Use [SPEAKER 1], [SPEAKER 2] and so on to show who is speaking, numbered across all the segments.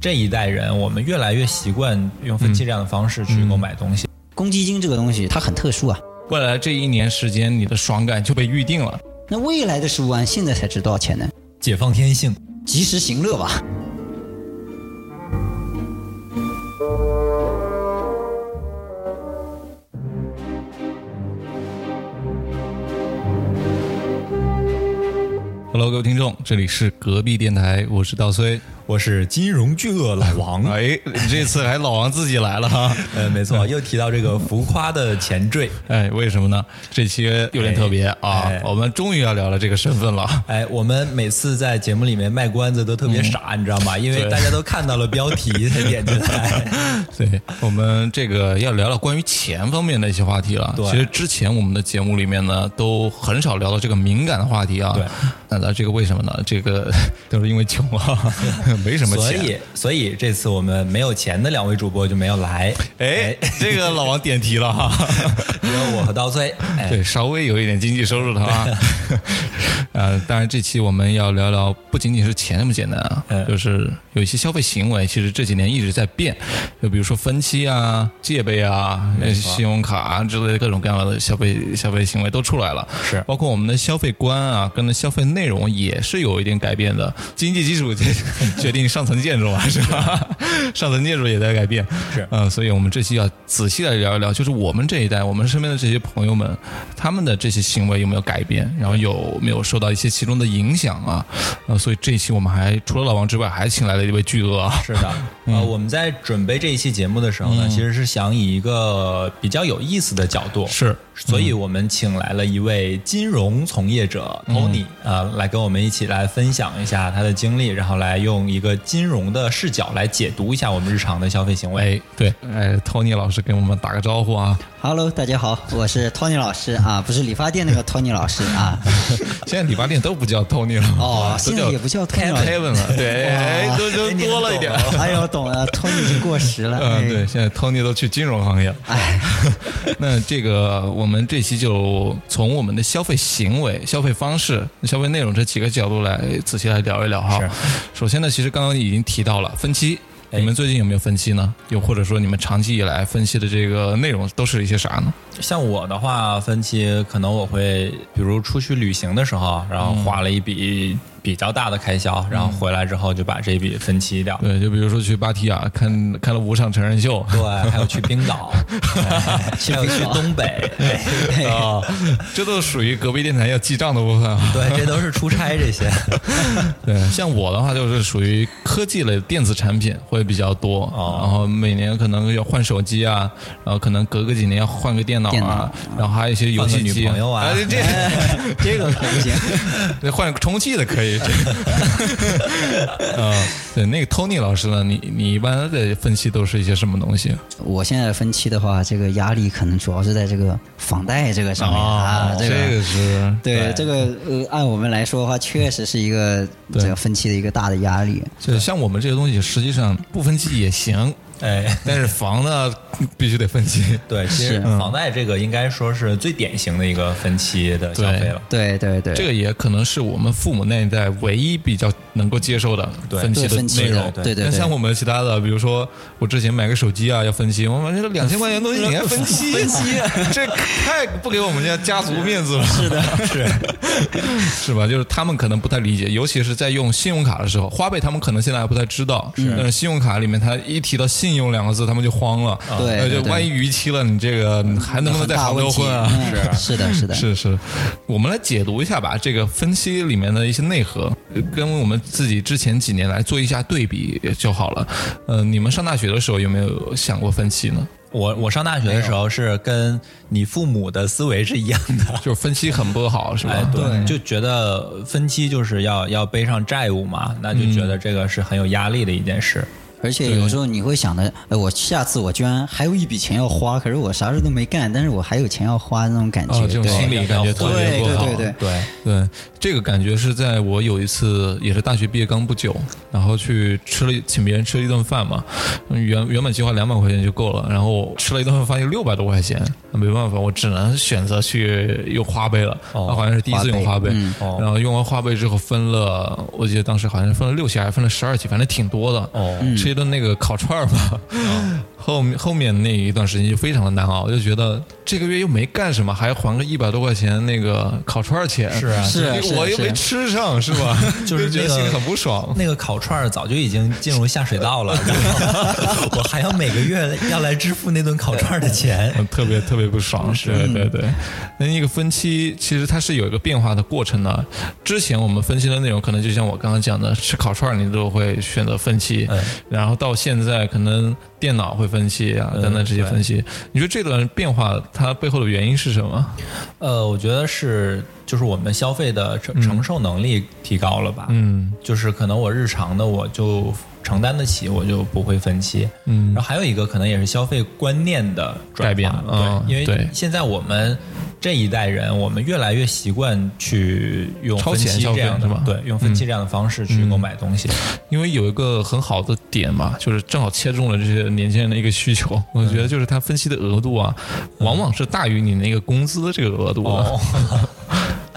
[SPEAKER 1] 这一代人，我们越来越习惯用分期这样的方式去购买东
[SPEAKER 2] 嗯
[SPEAKER 1] 西。
[SPEAKER 3] 公积金这个东西它很特殊啊。
[SPEAKER 2] 未来呃这一年时间，你的爽感就被预定了。
[SPEAKER 3] 那未来的十五万现在才值多少钱呢？
[SPEAKER 1] 解放天性，
[SPEAKER 3] 及时行乐吧。
[SPEAKER 2] Hello，各位听众，这里是隔壁电台，我是稻穗。
[SPEAKER 1] 我是金融巨鳄老王。
[SPEAKER 2] 哎，这次还老王自己来了哈。
[SPEAKER 1] 呃，没错，又提到这个浮夸的前缀。
[SPEAKER 2] 哎，为什么呢？这期有点特别啊，
[SPEAKER 1] 哎
[SPEAKER 2] 我们终于要聊聊这个身份 了。
[SPEAKER 1] 哎，我们每次在节目里面卖关子都特别傻，你知道吗？因为
[SPEAKER 2] 嗯对
[SPEAKER 1] 大家都看到了标题 才点进 来。
[SPEAKER 2] 对我们这个要聊聊关于钱方面的一些话题了。
[SPEAKER 1] 对
[SPEAKER 2] 其实之前我们的节目里面呢，都很少聊到这个敏感的话题啊。
[SPEAKER 1] 对，
[SPEAKER 2] 那聊这个为什么呢？这个 都是因为穷啊， 没什么
[SPEAKER 1] 所
[SPEAKER 2] 钱。
[SPEAKER 1] 以，所以这次我们没有钱的两位主播就没有来，
[SPEAKER 2] 哎，这个老王点题了哈。
[SPEAKER 1] 只有我和刀崔。哎，
[SPEAKER 2] 对，稍微有一点经济收入的话， 呃，当然这期我们要聊聊不仅仅是钱那么简单啊，
[SPEAKER 1] 嗯
[SPEAKER 2] 就是有一些消费行为，其实这几年一直在变，就比如说分期啊、借呗啊、呃信用卡啊之类的各种各样的消费消费行为都出来了，
[SPEAKER 1] 是
[SPEAKER 2] 包括我们的消费观啊，跟的消费内容也是有一点改变的，经济基础决 定上层建筑嘛，是吧？上层建筑也在改变，
[SPEAKER 1] 是
[SPEAKER 2] 嗯，所以我们这期要仔细来聊一聊，就是我们这一代，我们身边的这些朋友们，他们的这些行为有没有改变，然后有没有受到一些其中的影响啊？呃，所以这一期我们还除了老王之外，还请来了一位巨鳄啊，
[SPEAKER 1] 是 的，呃，我们在准备这一期节目的时候呢，
[SPEAKER 2] 嗯
[SPEAKER 1] 其实是想以一个比较有意思的角度，
[SPEAKER 2] 是
[SPEAKER 1] 所以我们请来了一位金融从业者
[SPEAKER 2] 嗯
[SPEAKER 1] Tony 啊、呃，来跟我们一起来分享一下他的经历，然后来用一个金融的视角来解读一下我们日常的消费行为。
[SPEAKER 2] 哎，对，哎，Tony 老师给我们打个招呼啊，
[SPEAKER 3] Hello，大家好，我是 Tony 老师啊，不是理发店 那个 Tony 老师啊。
[SPEAKER 2] 现在理发店都不叫 Tony 了，
[SPEAKER 3] 哦，
[SPEAKER 2] 都
[SPEAKER 3] 现在
[SPEAKER 2] 叫
[SPEAKER 3] 也不叫 Tony 老师。哦
[SPEAKER 2] Kevin 了，对，哎，都都
[SPEAKER 1] 哎你很
[SPEAKER 2] 多了一
[SPEAKER 1] 懂
[SPEAKER 2] 点。
[SPEAKER 1] 啊
[SPEAKER 3] 哎呦，懂了，Tony 已经过时了。
[SPEAKER 2] 嗯，
[SPEAKER 3] 哎
[SPEAKER 2] 对，，现在 Tony 都去金融行业了。
[SPEAKER 3] 哎，
[SPEAKER 2] 那这个我们这期就从我们的消费行为、消费方式、消费内容这几个角度来仔细来聊一聊哈
[SPEAKER 1] 是。
[SPEAKER 2] 首先呢，其实刚刚已经提到了分期。
[SPEAKER 1] 哎
[SPEAKER 2] 你们最近有没有分期呢？又或者说你们长期以来分析的这个内容都是一些啥呢？
[SPEAKER 1] 像我的话，分期可能我会，比如出去旅行的时候，然
[SPEAKER 2] 嗯
[SPEAKER 1] 后花了一笔比较大的开销，然后回来之后就把这笔分期掉。
[SPEAKER 2] 对，就比如说去芭提雅看看了五场成人秀，
[SPEAKER 1] 对，还有去冰 岛，哎还有去东北，哎
[SPEAKER 2] 啊，这都属于隔壁电台要记账的部分啊。
[SPEAKER 1] 对，这都是出差这些。
[SPEAKER 2] 对，像我的话就是属于科技类电子产品会比较多，
[SPEAKER 1] 哦
[SPEAKER 2] 然后每年可能要换手机啊，然后可能隔个几年要换个电脑啊，
[SPEAKER 3] 电脑
[SPEAKER 2] 然后还有一些游戏机
[SPEAKER 1] 换个女
[SPEAKER 2] 哎
[SPEAKER 1] 朋友啊
[SPEAKER 2] 这
[SPEAKER 3] 这个可不行。
[SPEAKER 2] 这换充气的可以。这 个，嗯，对，那个 Tony 老师呢，你你一般的分析都是一些什么东西？
[SPEAKER 3] 我现在分期的话，这个压力可能主要是在这个房贷这个上面啊，
[SPEAKER 2] 哦这
[SPEAKER 3] 个。
[SPEAKER 2] 个是
[SPEAKER 3] 对这个呃，按我们来说的话，确实是一个
[SPEAKER 2] 对
[SPEAKER 3] 这个分期的一个大的压力。
[SPEAKER 2] 就是像我们这些东西，实际上不分期也行，
[SPEAKER 1] 哎，
[SPEAKER 2] 但是房呢必须得分期。
[SPEAKER 1] 对，其实
[SPEAKER 3] 是
[SPEAKER 1] 房贷这个应该说是最典型的一个分期的消费了。
[SPEAKER 3] 对对对，
[SPEAKER 2] 这个也可能是我们父母那一代唯一比较能够接受的
[SPEAKER 1] 对
[SPEAKER 2] 分
[SPEAKER 3] 对
[SPEAKER 2] 期的
[SPEAKER 3] 分期
[SPEAKER 2] 内容
[SPEAKER 3] 的，。对对
[SPEAKER 2] 那
[SPEAKER 3] 对，
[SPEAKER 2] 像我们其他的，比如说我之前买个手机啊，要分期，我们这两千块钱东西你还 分期，分期， 这太不给我们家家族面子了。是 的，是是吧？就是他们可能不太理解，尤其是在用信用卡的时候，花呗他们可能现在还不太知道，
[SPEAKER 3] 嗯
[SPEAKER 2] 但是信用卡里面他一提到信用两个字，他们就慌了。
[SPEAKER 3] 对
[SPEAKER 2] 呃
[SPEAKER 3] 对
[SPEAKER 2] 就
[SPEAKER 3] 对
[SPEAKER 2] 万一逾期了，你这个还能不能
[SPEAKER 3] 很
[SPEAKER 2] 在
[SPEAKER 3] 大
[SPEAKER 2] 杭
[SPEAKER 3] 问
[SPEAKER 2] 州
[SPEAKER 3] 题
[SPEAKER 2] 混啊？
[SPEAKER 3] 嗯是的，是的，
[SPEAKER 2] 是是，我们来解读一下吧，这个分析里面的一些内核，呃跟我们自己之前几年来做一下对比就好了。呃，你们上大学的时候有没有想过分期呢？
[SPEAKER 1] 我我上大学的时候是跟你父母的思维是一样的。
[SPEAKER 2] 就是分期很不好，是吧？
[SPEAKER 1] 哎，
[SPEAKER 3] 对
[SPEAKER 1] 就觉得分期就是要要背上债务嘛，那就觉得这个是很有压力的一件事。
[SPEAKER 3] 而且有时候你会想的，哎，我下次我居然还有一笔钱要花，可是我啥事都没干，但是我还有钱要花那种感觉，
[SPEAKER 2] 哦这种
[SPEAKER 3] 对
[SPEAKER 2] 心理感觉特别不好
[SPEAKER 3] 对对对对
[SPEAKER 1] 对，
[SPEAKER 2] 对，这个感觉是在我有一次也是大学毕业刚不久，然后去吃了一请别人吃了一顿饭嘛，嗯原原本计划两百块钱就够了，然后我吃了一顿饭发现六百多块钱，那没办法，我只能选择去用花呗了。
[SPEAKER 1] 哦
[SPEAKER 2] 啊好像是第一次用花
[SPEAKER 3] 花
[SPEAKER 2] 呗，
[SPEAKER 3] 呗嗯
[SPEAKER 1] 哦
[SPEAKER 2] 然后用完花呗之后分了，我记得当时好像是分了六期还是分了十二期，反正挺多的。
[SPEAKER 1] 哦
[SPEAKER 2] 吃吃一顿那个烤串儿吧， 后面后面那一段时间就非常的难熬，就觉得这个月又没干什么，还还个一百多块钱那个烤串儿钱，
[SPEAKER 1] 是啊
[SPEAKER 3] 是啊是啊
[SPEAKER 2] 我又
[SPEAKER 3] 是啊
[SPEAKER 2] 没吃上，是吧？
[SPEAKER 1] 就是
[SPEAKER 2] 觉
[SPEAKER 1] 这
[SPEAKER 2] 得
[SPEAKER 1] 个
[SPEAKER 2] 心里很 不爽。
[SPEAKER 1] 那个烤串儿早就已经进入下水道 了，然后我还要每个月要来支付那顿烤串儿的钱。
[SPEAKER 2] 嗯特别特别不爽，是，对对。那一个分期其实它是有一个变化的过程的。之前我们分析的内容，可能就像我刚刚讲的，吃烤串儿你都会选择分期，
[SPEAKER 1] 嗯
[SPEAKER 2] 然后到现在可能电脑会分期啊
[SPEAKER 1] 嗯
[SPEAKER 2] 等等这些分析。你觉得这段变化它背后的原因是什么？
[SPEAKER 1] 呃，我觉得是就是我们消费的承承受能力提高了吧，
[SPEAKER 2] 嗯
[SPEAKER 1] 就是可能我日常的我就承担得起，我就不会分期。
[SPEAKER 2] 嗯
[SPEAKER 1] 然后还有一个可能也是消费观念的转化
[SPEAKER 2] 改变
[SPEAKER 1] 对，
[SPEAKER 2] 嗯
[SPEAKER 1] 因为
[SPEAKER 2] 对
[SPEAKER 1] 现在我们这一代人，我们越来越习惯去用
[SPEAKER 2] 超
[SPEAKER 1] 分
[SPEAKER 2] 前
[SPEAKER 1] 期
[SPEAKER 2] 消
[SPEAKER 1] 这
[SPEAKER 2] 费
[SPEAKER 1] 样的
[SPEAKER 2] 是吧嗯
[SPEAKER 1] 对，用分期这样的方式去购买东西。
[SPEAKER 2] 因为有一个很好的点嘛，就是正好切中了这些年轻人的一个需求。我觉得就是他分析的额度啊，往往是大于你那个工资的这个额度的。 啊
[SPEAKER 1] 哦，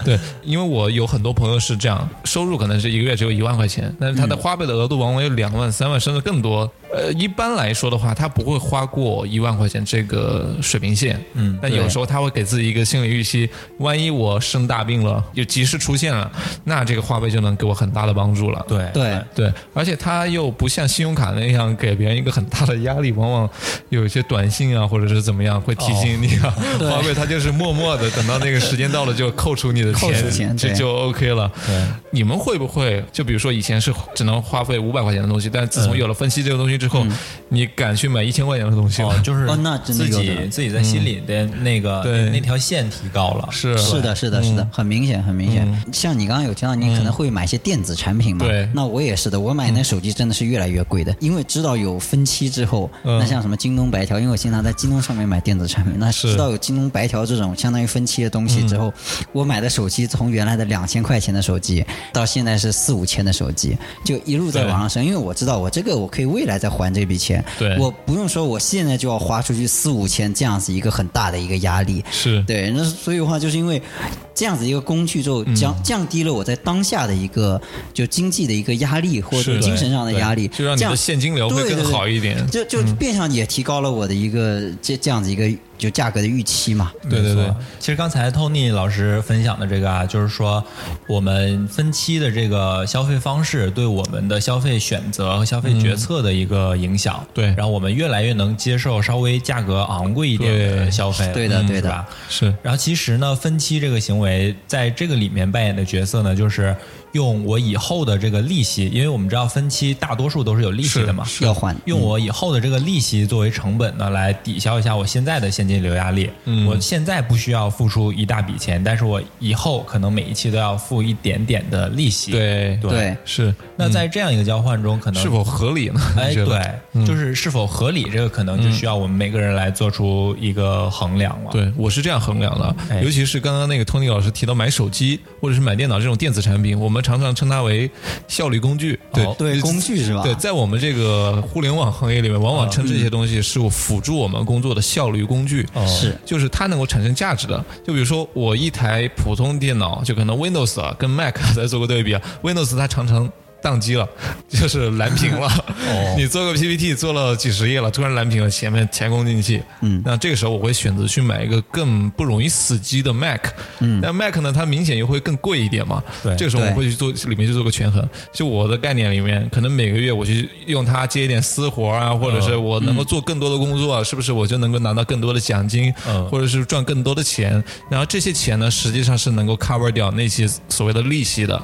[SPEAKER 2] 对，因为我有很多朋友是这样，收入可能是一个月只有一万块钱，但是他的花呗的额度往往有两万、三万，甚至更多。呃，一般来说的话，他不会花过一万块钱这个水平线。
[SPEAKER 1] 嗯
[SPEAKER 2] 但有时候他会给自己一个心理预期，万一我生大病了，有急事出现了，那这个花呗就能给我很大的帮助了。
[SPEAKER 1] 对
[SPEAKER 3] 对，
[SPEAKER 2] 对，而且它又不像信用卡那样给别人一个很大的压力，往往有一些短信啊，或者是怎么样会提
[SPEAKER 3] 哦
[SPEAKER 2] 醒你啊。 花呗它就是默默的，等到那个时间到了就扣除你的
[SPEAKER 3] 扣除钱
[SPEAKER 2] 这
[SPEAKER 3] 对
[SPEAKER 2] 就 OK 了。
[SPEAKER 1] 对
[SPEAKER 2] 你们会不会就比如说以前是只能花费五百块钱的东西，但是
[SPEAKER 3] 嗯
[SPEAKER 2] 自从有了分期这个东西之后，你敢去买一千块钱的东西了？
[SPEAKER 1] 哦，就是
[SPEAKER 3] 哦那真的
[SPEAKER 1] 自己、
[SPEAKER 3] 有的
[SPEAKER 1] 自己在心里的那个、
[SPEAKER 2] 嗯对
[SPEAKER 1] 那条线提高了，
[SPEAKER 2] 是嗯
[SPEAKER 3] 是的，是的，是的，很明显，很明显。像你刚刚有提到，你可能会买一些电子产品嘛？
[SPEAKER 2] 嗯对
[SPEAKER 3] 那我也是的，我买那手机真的是越来越贵的，因为知道有分期之后，
[SPEAKER 2] 嗯
[SPEAKER 3] 那像什么京东白条，因为我经常在京东上面买电子产品，那
[SPEAKER 2] 是嗯
[SPEAKER 3] 知道有京东白条这种相当于分期的东西之后，我买的手机从原来的两千块钱的手机，到现在是四五千的手机，就一路在
[SPEAKER 2] 对
[SPEAKER 3] 往上升，因为我知道我这个我可以未来再还这笔钱，
[SPEAKER 2] 对
[SPEAKER 3] 我不用说我现在就要花出去四五千这样子一个很大的一个压力，
[SPEAKER 2] 是
[SPEAKER 3] 对，那所以的话，就是因为这样子一个工具之后，
[SPEAKER 2] 嗯
[SPEAKER 3] 降降低了我在当下的一个就经济的一个压力或者
[SPEAKER 2] 是
[SPEAKER 3] 精神上的压力，
[SPEAKER 2] 就让你
[SPEAKER 3] 这样
[SPEAKER 2] 的嗯现金流会
[SPEAKER 3] 对对
[SPEAKER 2] 更
[SPEAKER 3] 对
[SPEAKER 2] 好一点。
[SPEAKER 3] 就就变相也提高了我的一个这这样子一个就价格的预期嘛。
[SPEAKER 2] 对对对
[SPEAKER 1] 没错，其实刚才 Tony 老师分享的这个啊，就是说我们分期的这个消费方式对我们的消费选择和消费决策的一个影响。
[SPEAKER 2] 对
[SPEAKER 1] 然后我们越来越能接受稍微价格昂贵一点的
[SPEAKER 2] 对
[SPEAKER 1] 消费了，
[SPEAKER 3] 对的
[SPEAKER 1] 嗯
[SPEAKER 3] 对
[SPEAKER 1] 是
[SPEAKER 3] 的
[SPEAKER 1] 吧？
[SPEAKER 2] 是
[SPEAKER 1] 然后其实呢，分期这个行为在这个里面扮演的角色呢，就是用我以后的这个利息，因为我们知道分期大多数都是有利息的嘛，
[SPEAKER 3] 要还
[SPEAKER 1] 用我以后的这个利息作为成本呢，来抵消一下我现在的现金流压力。嗯，我现在不需要付出一大笔钱，但是我以后可能每一期都要付一点点的利息。
[SPEAKER 2] 对嗯
[SPEAKER 1] 对
[SPEAKER 3] 嗯对
[SPEAKER 2] 是，
[SPEAKER 1] 那在这样一个交换中，可能
[SPEAKER 2] 是否合理呢？
[SPEAKER 1] 哎，
[SPEAKER 2] 你觉得
[SPEAKER 1] 对，
[SPEAKER 3] 嗯
[SPEAKER 1] 就是是否合理，这个可能就需要我们每个人来做出一个衡量了。
[SPEAKER 2] 对，我是这样衡量的，
[SPEAKER 1] 哎
[SPEAKER 2] 尤其是刚刚那个 Tony 老师提到买手机或者是买电脑这种电子产品，我们常常称它为效率工具。对、
[SPEAKER 1] 哦
[SPEAKER 3] 对工具是吧？嗯
[SPEAKER 2] 对，在我们这个互联网行业里面，往往称这些东西是辅助我们工作的效率工具。
[SPEAKER 1] 哦
[SPEAKER 3] 是
[SPEAKER 2] 就是它能够产生价值的。就比如说我一台普通电脑，就可能 Windows 啊 跟 Mac 再做个对比啊，Windows 它常常。宕机了， 就是蓝屏了。你做个 PPT 做了几十页了，突然蓝屏了，前面前功尽弃。嗯，那这个时候我会选择去买一个更不容易死机的 Mac。嗯，但 Mac 呢，它明显又会更贵一点嘛。
[SPEAKER 1] 对
[SPEAKER 2] 这个时候我
[SPEAKER 3] 对
[SPEAKER 2] 会去做里面去做个权衡。就我的概念里面，可能每个月我去用它接一点私活啊，或者是我能够做更多的工作，啊是不是我就能够拿到更多的奖金？
[SPEAKER 1] 嗯
[SPEAKER 2] 或者是赚更多的钱，然后这些钱呢，实际上是能够 cover 掉那些所谓的利息的。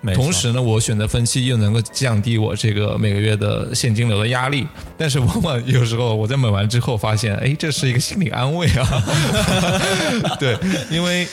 [SPEAKER 1] 没错
[SPEAKER 2] 同时呢，我选择分期又能够降低我这个每个月的现金流的压力。但是往往有时候我在买完之后发现，哎，这是一个心理安慰啊。 对，因为。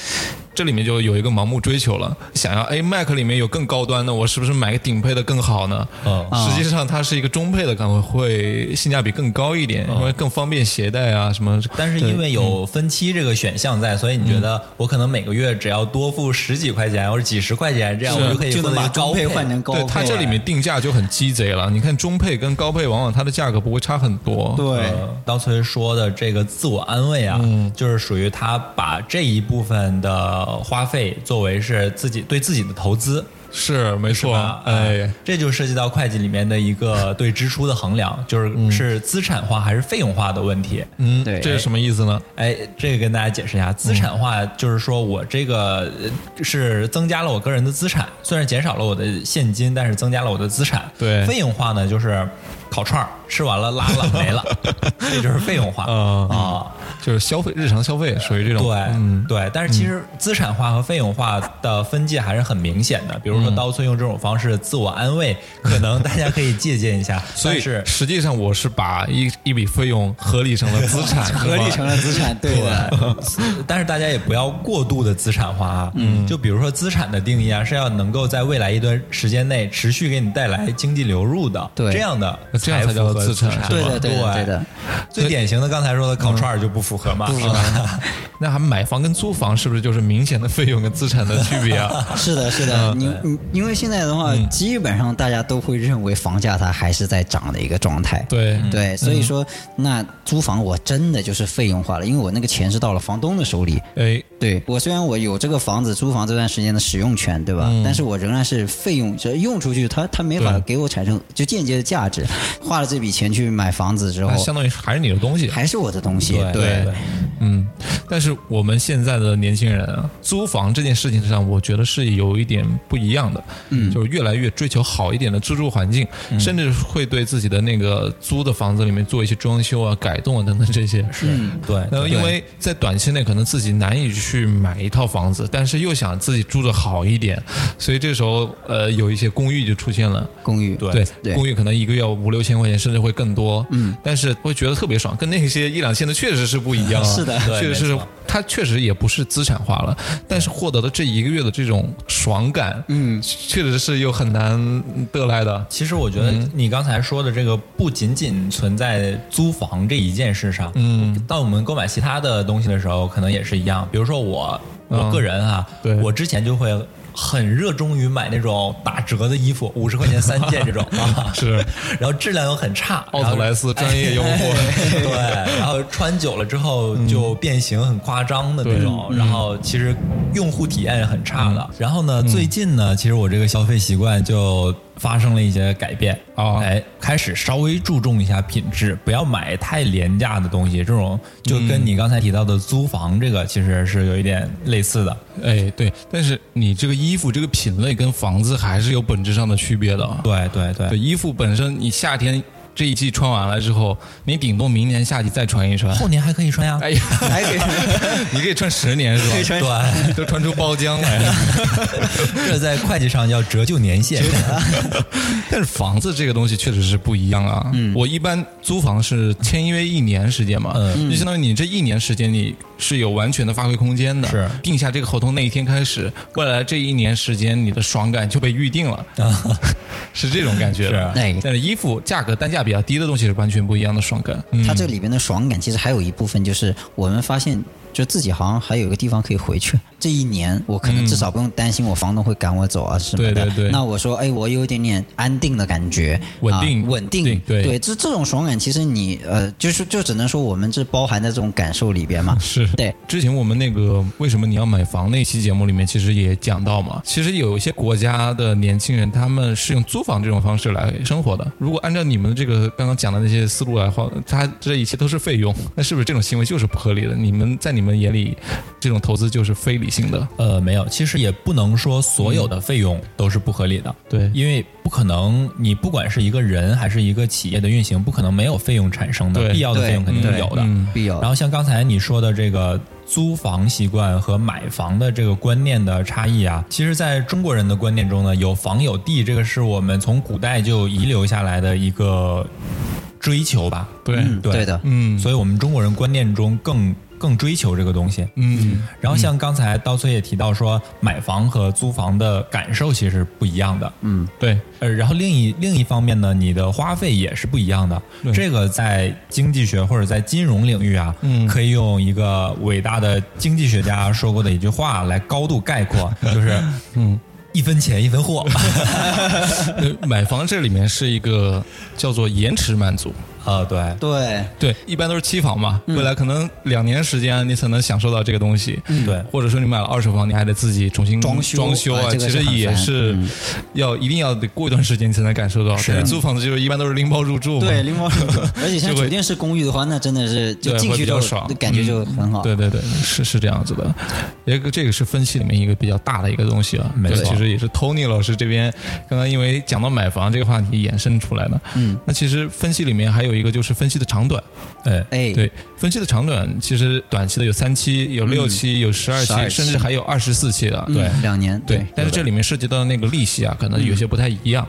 [SPEAKER 2] 这里面就有一个盲目追求了，想要哎，Mac 里面有更高端的，我是不是买个顶配的更好呢？
[SPEAKER 1] 嗯
[SPEAKER 2] 实际上它是一个中配的，可能会性价比更高一
[SPEAKER 1] 嗯
[SPEAKER 2] 点，因为更方便携带啊什么。
[SPEAKER 1] 但是
[SPEAKER 2] 对
[SPEAKER 1] 因为有分期这个选项在，所以你
[SPEAKER 3] 嗯
[SPEAKER 1] 觉得我可能每个月只要多付十几块钱或者几十块钱，这样我就可以
[SPEAKER 3] 就
[SPEAKER 1] 获
[SPEAKER 3] 能
[SPEAKER 1] 得一
[SPEAKER 3] 把
[SPEAKER 1] 个高
[SPEAKER 3] 中配换成高配
[SPEAKER 2] 对，它这里面定价就很鸡贼了。你看中配跟高配，往往它的价格不会差很多。嗯
[SPEAKER 3] 对
[SPEAKER 1] 呃，刀崔说的这个自我安慰啊，就是属于他把这一部分的花费作为是自己对自己的投资。
[SPEAKER 2] 是没
[SPEAKER 1] 是
[SPEAKER 2] 错
[SPEAKER 1] 吧？，
[SPEAKER 2] 哎
[SPEAKER 1] 呃，，这就涉及到会计里面的一个对支出的衡量，就是、是资产化还是费用化的问题。
[SPEAKER 2] 嗯，
[SPEAKER 3] 对
[SPEAKER 2] 这是什么意思呢？
[SPEAKER 1] 哎，这个跟大家解释一下，
[SPEAKER 2] 嗯
[SPEAKER 1] 资产化就是说我这个呃是增加了我个人的资产，虽然减少了我的现金，但是增加了我的资产。
[SPEAKER 2] 对
[SPEAKER 1] 费用化呢就是烤串儿吃完了拉了没了， 这就是费用化啊、
[SPEAKER 2] 嗯就是消费，日常消费属于这种。
[SPEAKER 1] 对、
[SPEAKER 2] 嗯，
[SPEAKER 1] 对，但是其实资产化和费用化的分界还是很明显的。比如说
[SPEAKER 2] 嗯
[SPEAKER 1] 刀村用这种方式自我安 慰，可能大家可以借鉴一下。
[SPEAKER 2] 所以
[SPEAKER 1] 但是
[SPEAKER 2] 实际上我是把一一笔费用合理成了资产，
[SPEAKER 3] 合理成了资 产，对的。
[SPEAKER 1] 对， 但是大家也不要过度的资产化啊。嗯，就比如说资产的定义啊，是要能够在未来一段时间内持续给你带来经济流入的，
[SPEAKER 3] 对
[SPEAKER 1] 这样的
[SPEAKER 2] 那这样才
[SPEAKER 1] 财富
[SPEAKER 2] 叫
[SPEAKER 1] 和资
[SPEAKER 2] 资产
[SPEAKER 1] 产嘛。
[SPEAKER 3] 对的，对的，对的，
[SPEAKER 1] 最典型的刚才说
[SPEAKER 2] 嗯
[SPEAKER 1] 的烤串儿就不符合嘛，是 吧？
[SPEAKER 2] 那还买房跟租房是不是就是明显的费用跟资产的区别啊？
[SPEAKER 3] 是的，是的。你你因为现在的话，
[SPEAKER 2] 嗯
[SPEAKER 3] 基本上大家都会认为房价它还是在涨的一个状态。
[SPEAKER 2] 对，
[SPEAKER 3] 对，
[SPEAKER 2] 嗯
[SPEAKER 3] 所以说那租房我真的就是费用化了，因为我那个钱是到了房东的手里，
[SPEAKER 2] 哎，
[SPEAKER 3] 对我虽然我有这个房子租房这段时间的使用权，对吧？但是我仍然是费用，这用出去它它没法
[SPEAKER 2] 嗯对
[SPEAKER 3] 给我产生就间接的价值。花了这笔钱去买房子之后
[SPEAKER 2] 那，相当于还是你的东西。
[SPEAKER 3] 还是我的东西。对，
[SPEAKER 2] 对，嗯，但是我们现在的年轻人啊，租房这件事情上，我觉得是有一点不一样的，嗯，就是越来越追求好一点的居住环境，甚至会对自己的那个租的房子里面做一些装修啊、改动啊等等这些。是，
[SPEAKER 1] 对，
[SPEAKER 2] 那因为在短期内可能自己难以去买一套房子，但是又想自己住的好一点，所以这时候呃有一些公寓就出现了。
[SPEAKER 3] 公寓
[SPEAKER 1] 对
[SPEAKER 3] 对
[SPEAKER 2] 公寓可能一个月五六千块钱，甚至会更多。嗯，但是会觉得特别爽，跟那些一两千的确实是不一样啊。
[SPEAKER 3] 是的
[SPEAKER 1] 对
[SPEAKER 2] 确实
[SPEAKER 1] 没
[SPEAKER 2] 是
[SPEAKER 1] 错，
[SPEAKER 2] 它确实也不是资产化了，但是获得的这一个月的这种爽感，嗯，确实是又很难得来的。
[SPEAKER 1] 其实我觉得
[SPEAKER 2] 嗯
[SPEAKER 1] 你刚才说的这个不仅仅存在租房这一件事上，嗯，当我们购买其他的东西的时候，可能也是一样。比如说我，我个人啊，
[SPEAKER 2] 嗯对
[SPEAKER 1] 我之前就会很热衷于买那种打折的衣服，五十块钱三件这种啊，
[SPEAKER 2] 是，
[SPEAKER 1] 然后质量又很差，
[SPEAKER 2] 奥特莱斯
[SPEAKER 1] 然后
[SPEAKER 2] 专业用户
[SPEAKER 1] 哎对，然后穿久了之后就变形很夸张的那种，然后其实用户体验很差的。然后呢，最近呢，其实我这个消费习惯就发生了一些改变
[SPEAKER 2] 哦
[SPEAKER 1] 哎，开始稍微注重一下品质，不要买太廉价的东西。这种就跟你刚才提到的租房这个其实是有一点类似的。
[SPEAKER 2] 哎，对，但是你这个衣服这个品类跟房子还是有本质上的区别的啊。
[SPEAKER 1] 对对对
[SPEAKER 2] 对，衣服本身你夏天这一季穿完了之后，你顶多明年夏季再穿一穿。
[SPEAKER 1] 后年还可以穿呀。
[SPEAKER 2] 哎呀， 你可以穿十年是吧？
[SPEAKER 1] 对，
[SPEAKER 2] 都穿出包浆 来了。
[SPEAKER 1] 这在会计上叫折旧年限。
[SPEAKER 2] 但是房子这个东西确实是不一样啊。我一般租房是签约一年时间嘛，
[SPEAKER 1] 嗯
[SPEAKER 2] 就相当于你这一年时间你是有完全的发挥空间的。
[SPEAKER 1] 是
[SPEAKER 2] 定下这个合同那一天开始，未来这一年时间你的爽感就被预定了，是这种感觉的。
[SPEAKER 3] 是哎
[SPEAKER 2] 但是衣服价格单价比较低的东西是完全不一样的爽感。
[SPEAKER 3] 它这里边的爽感，其实还有一部分就是我们发现，就自己好像还有一个地方可以回去。 这一年我可能至少不用担心我房东会赶我走啊什么的。
[SPEAKER 2] 对对对
[SPEAKER 3] 那我说，哎，我有一点点安定的感觉，
[SPEAKER 2] 稳定
[SPEAKER 3] 啊、稳定。
[SPEAKER 2] 定对
[SPEAKER 3] 这这种爽感，其实你呃，就是就只能说我们这包含在这种感受里边嘛。
[SPEAKER 2] 是
[SPEAKER 3] 对，
[SPEAKER 2] 之前我们那个为什么你要买房那期节目里面，其实也讲到嘛，其实有一些国家的年轻人他们是用租房这种方式来生活的。如果按照你们这个刚刚讲的那些思路来话，他这一切都是费用，那是不是这种行为就是不合理的？你们在你们眼里，这种投资就是非理性的？
[SPEAKER 1] 呃，没有，其实也不能说所有的费用都是不合理的，
[SPEAKER 2] 嗯对
[SPEAKER 1] 因为不可能，你不管是一个人还是一个企业的运行，不可能没有费用产生的，
[SPEAKER 2] 对
[SPEAKER 1] 必要的费用肯定是
[SPEAKER 3] 对
[SPEAKER 1] 有的。
[SPEAKER 2] 嗯
[SPEAKER 3] 必有
[SPEAKER 1] 然后像刚才你说的这个租房习惯和买房的这个观念的差异啊，其实在中国人的观念中呢，有房有地，这个是我们从古代就遗留下来的一个追求吧。
[SPEAKER 2] 对，
[SPEAKER 3] 嗯，
[SPEAKER 1] 对
[SPEAKER 3] 对的，
[SPEAKER 2] 嗯
[SPEAKER 1] 所以我们中国人观念中更更追求这个东西。
[SPEAKER 2] 嗯，
[SPEAKER 1] 然后像刚才刀崔也提到说，买房和租房的感受其实不一样的。
[SPEAKER 3] 嗯，
[SPEAKER 2] 对，
[SPEAKER 1] 呃，然后另一另一方面呢，你的花费也是不一样的。
[SPEAKER 2] 对
[SPEAKER 1] 这个在经济学或者在金融领域啊，
[SPEAKER 2] 嗯
[SPEAKER 1] 可以用一个伟大的经济学家说过的一句话来高度概 括，就是
[SPEAKER 2] 嗯。
[SPEAKER 1] 一分钱一分 货
[SPEAKER 2] 呃买房这里面是一个叫做延迟满足，
[SPEAKER 1] 啊，对，
[SPEAKER 3] 对，
[SPEAKER 2] 对，一般都是期房嘛，未来可能两年时间你才能享受到这个东西。
[SPEAKER 1] 对
[SPEAKER 2] 或者说你买了二手房，你还得自己重新
[SPEAKER 3] 装修
[SPEAKER 2] 装修啊，
[SPEAKER 3] 哎这个
[SPEAKER 2] 其
[SPEAKER 3] 是
[SPEAKER 2] 实
[SPEAKER 3] 很
[SPEAKER 2] 也
[SPEAKER 3] 烦嗯
[SPEAKER 2] 是要一定要得过一段时间你才能感受到。但是租房子就是一般都是拎包入住嘛。
[SPEAKER 3] 对，拎包入住。 而且像
[SPEAKER 2] 就会
[SPEAKER 3] 酒店式公寓的话，那真的是就
[SPEAKER 2] 对
[SPEAKER 3] 进
[SPEAKER 2] 会
[SPEAKER 3] 去
[SPEAKER 2] 比
[SPEAKER 3] 就
[SPEAKER 2] 较爽嗯
[SPEAKER 3] 感觉就很好。
[SPEAKER 2] 对对对，是是这样子的，一个这个是分析里面一个比较大的一个东西啊，
[SPEAKER 1] 没
[SPEAKER 2] 对
[SPEAKER 1] 错
[SPEAKER 2] 其实也是 Tony 老师这边刚刚因为讲到买房这个话题衍生出来的。嗯，那其实分析里面还有一个就是分析的长短，
[SPEAKER 1] 哎，
[SPEAKER 3] 哎，
[SPEAKER 2] 对，分期的长短，其实短期的有三期、有六期、有十二期，
[SPEAKER 3] 12期
[SPEAKER 2] 甚至还有二十四期的。
[SPEAKER 3] 嗯，
[SPEAKER 2] 对
[SPEAKER 3] 两年，
[SPEAKER 2] 对，但是这里面涉及到的那个利息啊，可能有些不太一样。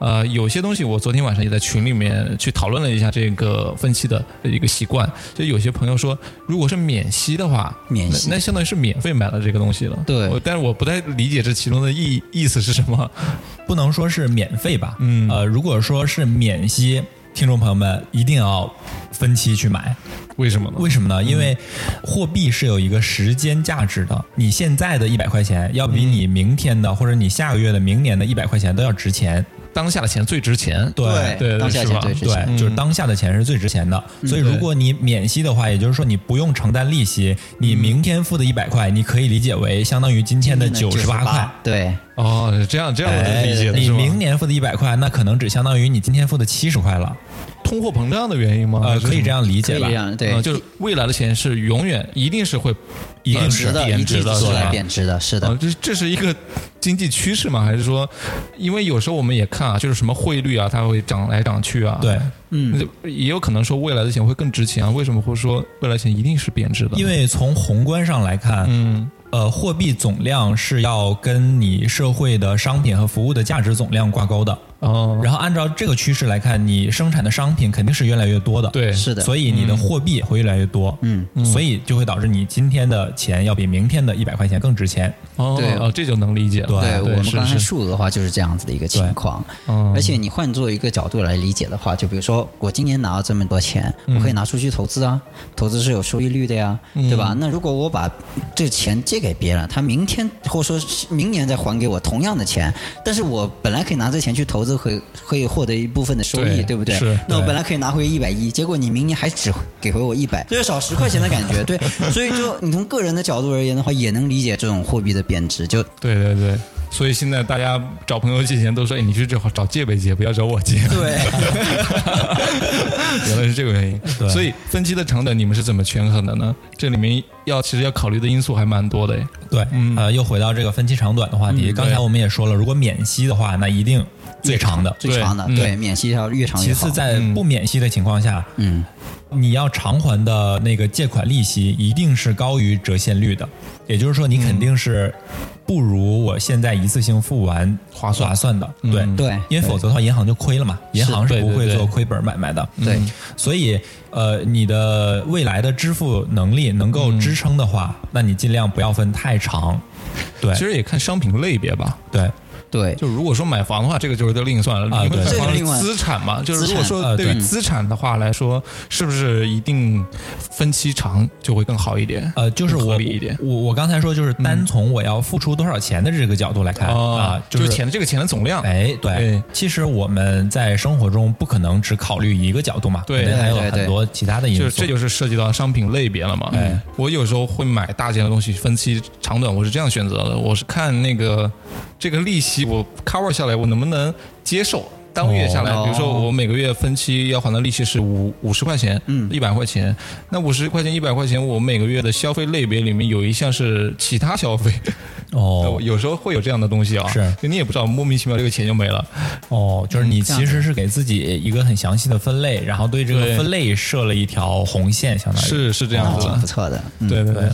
[SPEAKER 2] 呃，有些东西我昨天晚上也在群里面去讨论了一下这个分期的呃一个习惯，就有些朋友说，如果是免息的话，
[SPEAKER 3] 免息
[SPEAKER 2] 那那相当于是免费买了这个东西了。
[SPEAKER 3] 对
[SPEAKER 2] 我但是我不太理解这其中的意意思是什么。
[SPEAKER 1] 不能说是免费吧，嗯，呃，如果说是免息，听众朋友们一定要分期去买，
[SPEAKER 2] 为什么呢？
[SPEAKER 1] 为什么呢？因为货币是有一个时间价值的，你现在的一百块钱要比你明天的或者你下个月的、明年的一百块钱都要值钱。
[SPEAKER 2] 当下的钱最值钱。
[SPEAKER 1] 对
[SPEAKER 2] 对
[SPEAKER 3] 当下
[SPEAKER 2] 是
[SPEAKER 3] 钱
[SPEAKER 2] 吧
[SPEAKER 3] 最值
[SPEAKER 1] 对
[SPEAKER 3] 钱。，
[SPEAKER 1] 就是当下的钱是最值钱的。所以如果你免息的话，也就是说你不用承担利息，你明天付的一百块，你可以理解为相当于今天的九十八块。
[SPEAKER 3] 对，
[SPEAKER 2] 哦，是这样这样我
[SPEAKER 1] 哎
[SPEAKER 2] 理解的
[SPEAKER 1] 你
[SPEAKER 2] 是吗？
[SPEAKER 1] 明年付的一百块，那可能只相当于你今天付的七十块了。
[SPEAKER 2] 通货膨胀的原因吗？还
[SPEAKER 1] 呃，
[SPEAKER 2] 哦是
[SPEAKER 1] 可以
[SPEAKER 2] 什么
[SPEAKER 1] 这样理
[SPEAKER 3] 可
[SPEAKER 1] 解
[SPEAKER 3] 以
[SPEAKER 1] 吧
[SPEAKER 3] 这？样，对
[SPEAKER 2] 嗯，就是未来的钱是永远一定是会
[SPEAKER 1] 一定
[SPEAKER 2] 呃
[SPEAKER 1] 是
[SPEAKER 3] 值的，
[SPEAKER 2] 贬
[SPEAKER 3] 一
[SPEAKER 2] 值
[SPEAKER 3] 直
[SPEAKER 2] 的，
[SPEAKER 3] 是
[SPEAKER 2] 是
[SPEAKER 3] 来
[SPEAKER 2] 吧？
[SPEAKER 3] 贬值的，是
[SPEAKER 2] 啊
[SPEAKER 3] 的，，
[SPEAKER 2] 这这是一个经济趋势吗？还是说，因为有时候我们也看啊，就是什么汇率啊，它会涨来涨去啊。
[SPEAKER 1] 对，
[SPEAKER 2] 那
[SPEAKER 3] 嗯
[SPEAKER 2] 就，也有可能说未来的钱会更值钱啊。为什么会说未来钱一定是贬值的？
[SPEAKER 1] 因为从宏观上来看，
[SPEAKER 2] 嗯，
[SPEAKER 1] 呃，货币总量是要跟你社会的商品和服务的价值总量挂钩的。
[SPEAKER 2] 哦，
[SPEAKER 1] 然后按照这个趋势来看，你生产的商品肯定是越来越多的，
[SPEAKER 2] 对，
[SPEAKER 3] 是的
[SPEAKER 1] 所以你的货币会越来越多，
[SPEAKER 3] 嗯，
[SPEAKER 1] 所以就会导致你今天的钱要比明天的一百块钱更值钱。
[SPEAKER 2] 哦，
[SPEAKER 3] 对
[SPEAKER 2] 哦，这就能理解了。
[SPEAKER 3] 对我们
[SPEAKER 2] 是
[SPEAKER 3] 刚才
[SPEAKER 2] 是
[SPEAKER 3] 数额的话就是这样子的一个情况，
[SPEAKER 2] 嗯
[SPEAKER 3] 而且你换做一个角度来理解的话，就比如说我今年拿了这么多钱，
[SPEAKER 2] 嗯
[SPEAKER 3] 我可以拿出去投资啊，投资是有收益率的呀，对吧？那如果我把这钱借给别人，他明天或者说是明年再还给我同样的钱，但是我本来可以拿这钱去投资，会会获得一部分的收益，
[SPEAKER 2] 对
[SPEAKER 3] 对不对
[SPEAKER 2] 是？
[SPEAKER 3] 那我
[SPEAKER 1] 对
[SPEAKER 3] 本来可以拿回一百一，结果你明年还只给回我一百，这就少十块钱的感 觉，对。所以就你从个人的角度而言的话，也能理解这种货币的贬值，就
[SPEAKER 2] 对对对，所以现在大家找朋友借钱都说，哎，你去找找借呗借，不要找我 借。
[SPEAKER 3] 对。
[SPEAKER 2] 原来是这个原因，
[SPEAKER 1] 对
[SPEAKER 2] 所以分期的长短你们是怎么权衡的呢？这里面要其实要考虑的因素还蛮多的诶。
[SPEAKER 1] 对，
[SPEAKER 2] 嗯
[SPEAKER 1] 呃，又回到这个分期长短的话题。
[SPEAKER 2] 嗯
[SPEAKER 1] 刚才
[SPEAKER 2] 对
[SPEAKER 1] 我们也说了，如果免息的话，那一定最长的。
[SPEAKER 3] 最长的，
[SPEAKER 2] 对嗯
[SPEAKER 3] 对，免息要越长
[SPEAKER 1] 其
[SPEAKER 3] 越好。
[SPEAKER 1] 次，在不免息的情况下，
[SPEAKER 3] 嗯，
[SPEAKER 1] 你要偿还的那个借款利息一定是高于折现率的，也就是说，你肯定是不如我现在一次性付完划算划算的，对
[SPEAKER 2] 嗯
[SPEAKER 3] 对
[SPEAKER 1] 因为否则的话，银行就亏了嘛，银行是
[SPEAKER 2] 对
[SPEAKER 1] 不
[SPEAKER 2] 对
[SPEAKER 1] 会
[SPEAKER 2] 对
[SPEAKER 1] 做亏本买卖的，
[SPEAKER 3] 对
[SPEAKER 1] 嗯所以呃，你的未来的支付能力能够支撑的话，那你尽量不要分太长，对
[SPEAKER 2] 嗯其实也看商品类别吧，
[SPEAKER 1] 对，
[SPEAKER 3] 对，
[SPEAKER 2] 就如果说买房的话，这个就是另算了。
[SPEAKER 1] 啊
[SPEAKER 2] 因为
[SPEAKER 1] 对
[SPEAKER 2] 买
[SPEAKER 3] 这
[SPEAKER 2] 房
[SPEAKER 3] 个
[SPEAKER 2] 是
[SPEAKER 3] 另外
[SPEAKER 2] 资产嘛，就是
[SPEAKER 3] 资
[SPEAKER 2] 如果
[SPEAKER 1] 产
[SPEAKER 2] 说
[SPEAKER 1] 啊
[SPEAKER 2] 对于
[SPEAKER 1] 对
[SPEAKER 2] 资产的话来说，是不是一定分期长就会更好一点？
[SPEAKER 1] 呃，就是
[SPEAKER 2] 更合
[SPEAKER 1] 我
[SPEAKER 2] 理一点。嗯
[SPEAKER 1] 我我刚才说，就是单从我要付出多少钱的这个角度来看啊
[SPEAKER 2] 哦，就是是钱这个钱的总量，
[SPEAKER 1] 哎，对，
[SPEAKER 2] 哎
[SPEAKER 1] 其实我们在生活中不可能只考虑一个角度嘛，
[SPEAKER 2] 对
[SPEAKER 1] 肯定还有
[SPEAKER 3] 对对对
[SPEAKER 1] 很多其他的因素。
[SPEAKER 2] 就是这就是涉及到商品类别了嘛。
[SPEAKER 1] 哎
[SPEAKER 2] 我有时候会买大件的东西，分期长短，我是这样选择的，我是看那个这个利息我 cover 下来，我能不能接受。当个月下来，
[SPEAKER 3] 哦
[SPEAKER 2] 比如说我每个月分期要还的利息是五五十块钱，嗯，一百块钱。那五十块钱、一百块钱，我每个月的消费类别里面有一项是其他消费，
[SPEAKER 1] 哦
[SPEAKER 2] 有时候会有这样的东西啊。
[SPEAKER 1] 是
[SPEAKER 2] 就你也不知道，莫名其妙这个钱就没了。
[SPEAKER 1] 哦，就是
[SPEAKER 2] 嗯
[SPEAKER 1] 你其实是给自己一个很详细的分类，然后对这
[SPEAKER 2] 对
[SPEAKER 1] 个分类设了一条红线，相当于。
[SPEAKER 2] 是是这
[SPEAKER 3] 那
[SPEAKER 2] 样子
[SPEAKER 3] 挺
[SPEAKER 1] 哦
[SPEAKER 3] 不
[SPEAKER 2] 的，
[SPEAKER 3] 错的。嗯，
[SPEAKER 2] 对对对
[SPEAKER 1] 对。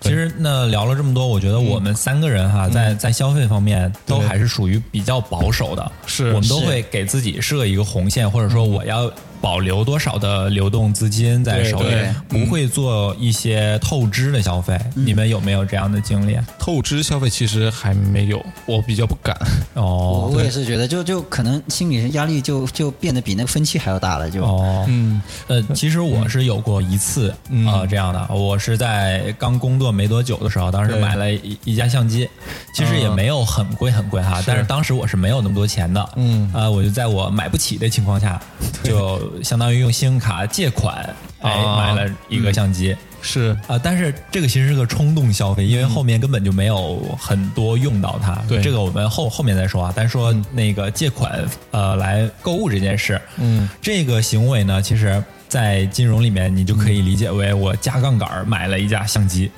[SPEAKER 1] 其实那聊了这么多，我觉得我们三个人哈，在在消费方面都
[SPEAKER 2] 对
[SPEAKER 1] 还是属于比较保守的，
[SPEAKER 2] 是
[SPEAKER 1] 我们都
[SPEAKER 3] 是
[SPEAKER 1] 会给自己设一个红线，或者说我要保留多少的流动资金在
[SPEAKER 2] 对
[SPEAKER 1] 手里
[SPEAKER 3] 对，
[SPEAKER 1] 不会做一些透支的消费。你们有没有这样的经历？啊
[SPEAKER 2] 透支消费其实还没有，我比较不敢。
[SPEAKER 3] 我
[SPEAKER 1] 哦，
[SPEAKER 3] 我也是觉得，就就可能心理压力就就变得比那个分期还要大了，就
[SPEAKER 1] 哦，
[SPEAKER 2] 嗯，
[SPEAKER 1] 呃，其实我是有过一次
[SPEAKER 2] 嗯
[SPEAKER 1] 啊、呃这样的，我是在刚工作没多久的时候，当时
[SPEAKER 2] 对
[SPEAKER 1] 买了一一架相机，其实也
[SPEAKER 2] 嗯
[SPEAKER 1] 没有很贵很贵哈，但是当时我是没有那么多钱的，
[SPEAKER 2] 嗯
[SPEAKER 1] 啊、我就在我买不起的情况下，就就相当于用信用卡借款，哎，
[SPEAKER 2] 啊
[SPEAKER 1] 买了一个相
[SPEAKER 2] 嗯
[SPEAKER 1] 机。
[SPEAKER 2] 是
[SPEAKER 1] 啊、但是这个其实是个冲动消费，因为后面根本就没有很多用到它。
[SPEAKER 2] 对
[SPEAKER 1] 这个我们后后面再说啊。但说那个借款呃来购物这件事，
[SPEAKER 2] 嗯，
[SPEAKER 1] 这个行为呢，其实在金融里面你就可以理解为我加杠杆儿买了一架相机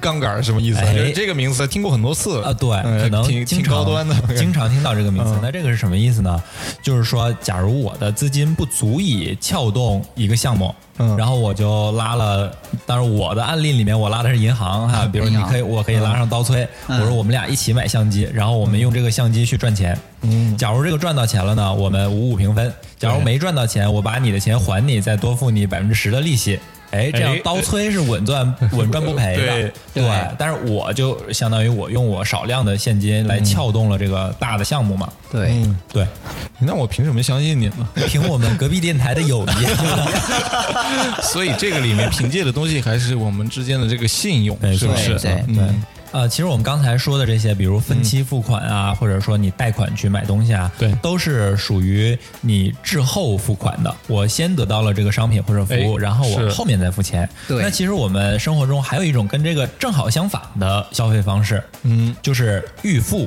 [SPEAKER 2] 杠杆是什么意思？
[SPEAKER 1] 哎
[SPEAKER 2] 就是这个名词听过很多次
[SPEAKER 1] 啊、对，
[SPEAKER 2] 嗯
[SPEAKER 1] 可能
[SPEAKER 2] 挺
[SPEAKER 1] 经
[SPEAKER 2] 挺
[SPEAKER 1] 常
[SPEAKER 2] 高端的，
[SPEAKER 1] 经常听到这个名词
[SPEAKER 2] 嗯。
[SPEAKER 1] 那这个是什么意思呢？就是说，假如我的资金不足以撬动一个项目，
[SPEAKER 2] 嗯
[SPEAKER 1] 然后我就拉了。当然，我的案例里面我拉的是银行哈，比如你
[SPEAKER 3] 银行
[SPEAKER 1] 可以，我可以拉上刀崔，
[SPEAKER 3] 嗯
[SPEAKER 1] 我说我们俩一起买相机，然后我们用这个相机去赚钱。
[SPEAKER 2] 嗯
[SPEAKER 1] 假如这个赚到钱了呢，我们五五平分；假如
[SPEAKER 2] 对
[SPEAKER 1] 没赚到钱，我把你的钱还你，再多付你百分之十的利息。哎，这样
[SPEAKER 2] 哎
[SPEAKER 1] 刀崔是稳赚稳赚不赔的，
[SPEAKER 2] 对
[SPEAKER 1] 对
[SPEAKER 3] 对
[SPEAKER 1] 但是我就相当于我用我少量的现金来撬动了这个大的项目嘛。
[SPEAKER 3] 对，
[SPEAKER 2] 嗯，
[SPEAKER 1] 对，
[SPEAKER 2] 那我凭什么相信你呢？
[SPEAKER 1] 凭我们隔壁电台的友谊，啊
[SPEAKER 2] 所以这个里面凭借的东西还是我们之间的这个信用，
[SPEAKER 1] 没
[SPEAKER 2] 是
[SPEAKER 1] 错
[SPEAKER 2] 不是？
[SPEAKER 3] 对
[SPEAKER 2] 嗯
[SPEAKER 1] 对。呃，其实我们刚才说的这些，比如分期付款啊，或者说你贷款去买东西啊，
[SPEAKER 2] 对
[SPEAKER 1] 都是属于你滞后付款的。我先得到了这个商品或者服务，
[SPEAKER 2] 哎
[SPEAKER 1] 然后我
[SPEAKER 2] 是
[SPEAKER 1] 后面再付钱。
[SPEAKER 3] 对
[SPEAKER 1] 那其实我们生活中还有一种跟这个正好相反的消费方式，
[SPEAKER 2] 嗯，
[SPEAKER 1] 就是预付，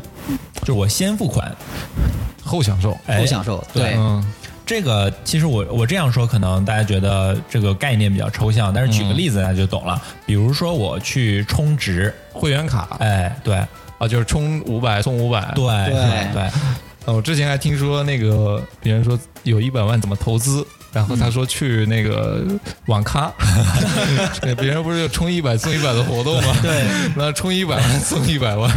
[SPEAKER 1] 就是我先付款，
[SPEAKER 2] 后享受，
[SPEAKER 1] 哎
[SPEAKER 3] 后享受，对，
[SPEAKER 2] 嗯，
[SPEAKER 1] 这个其实我我这样说，可能大家觉得这个概念比较抽象，但是举个例子大家就懂了。比如说我去充值，
[SPEAKER 2] 会员卡
[SPEAKER 1] 哎，对
[SPEAKER 2] 啊，就是充五百送五百。
[SPEAKER 1] 对
[SPEAKER 3] 对
[SPEAKER 1] 对，
[SPEAKER 2] 啊，我之前还听说那个别人说有一百万怎么投资，然后他说去那个 网咖， 别人不是有充一百送一百的活动吗？对， 那充一百万送一百万，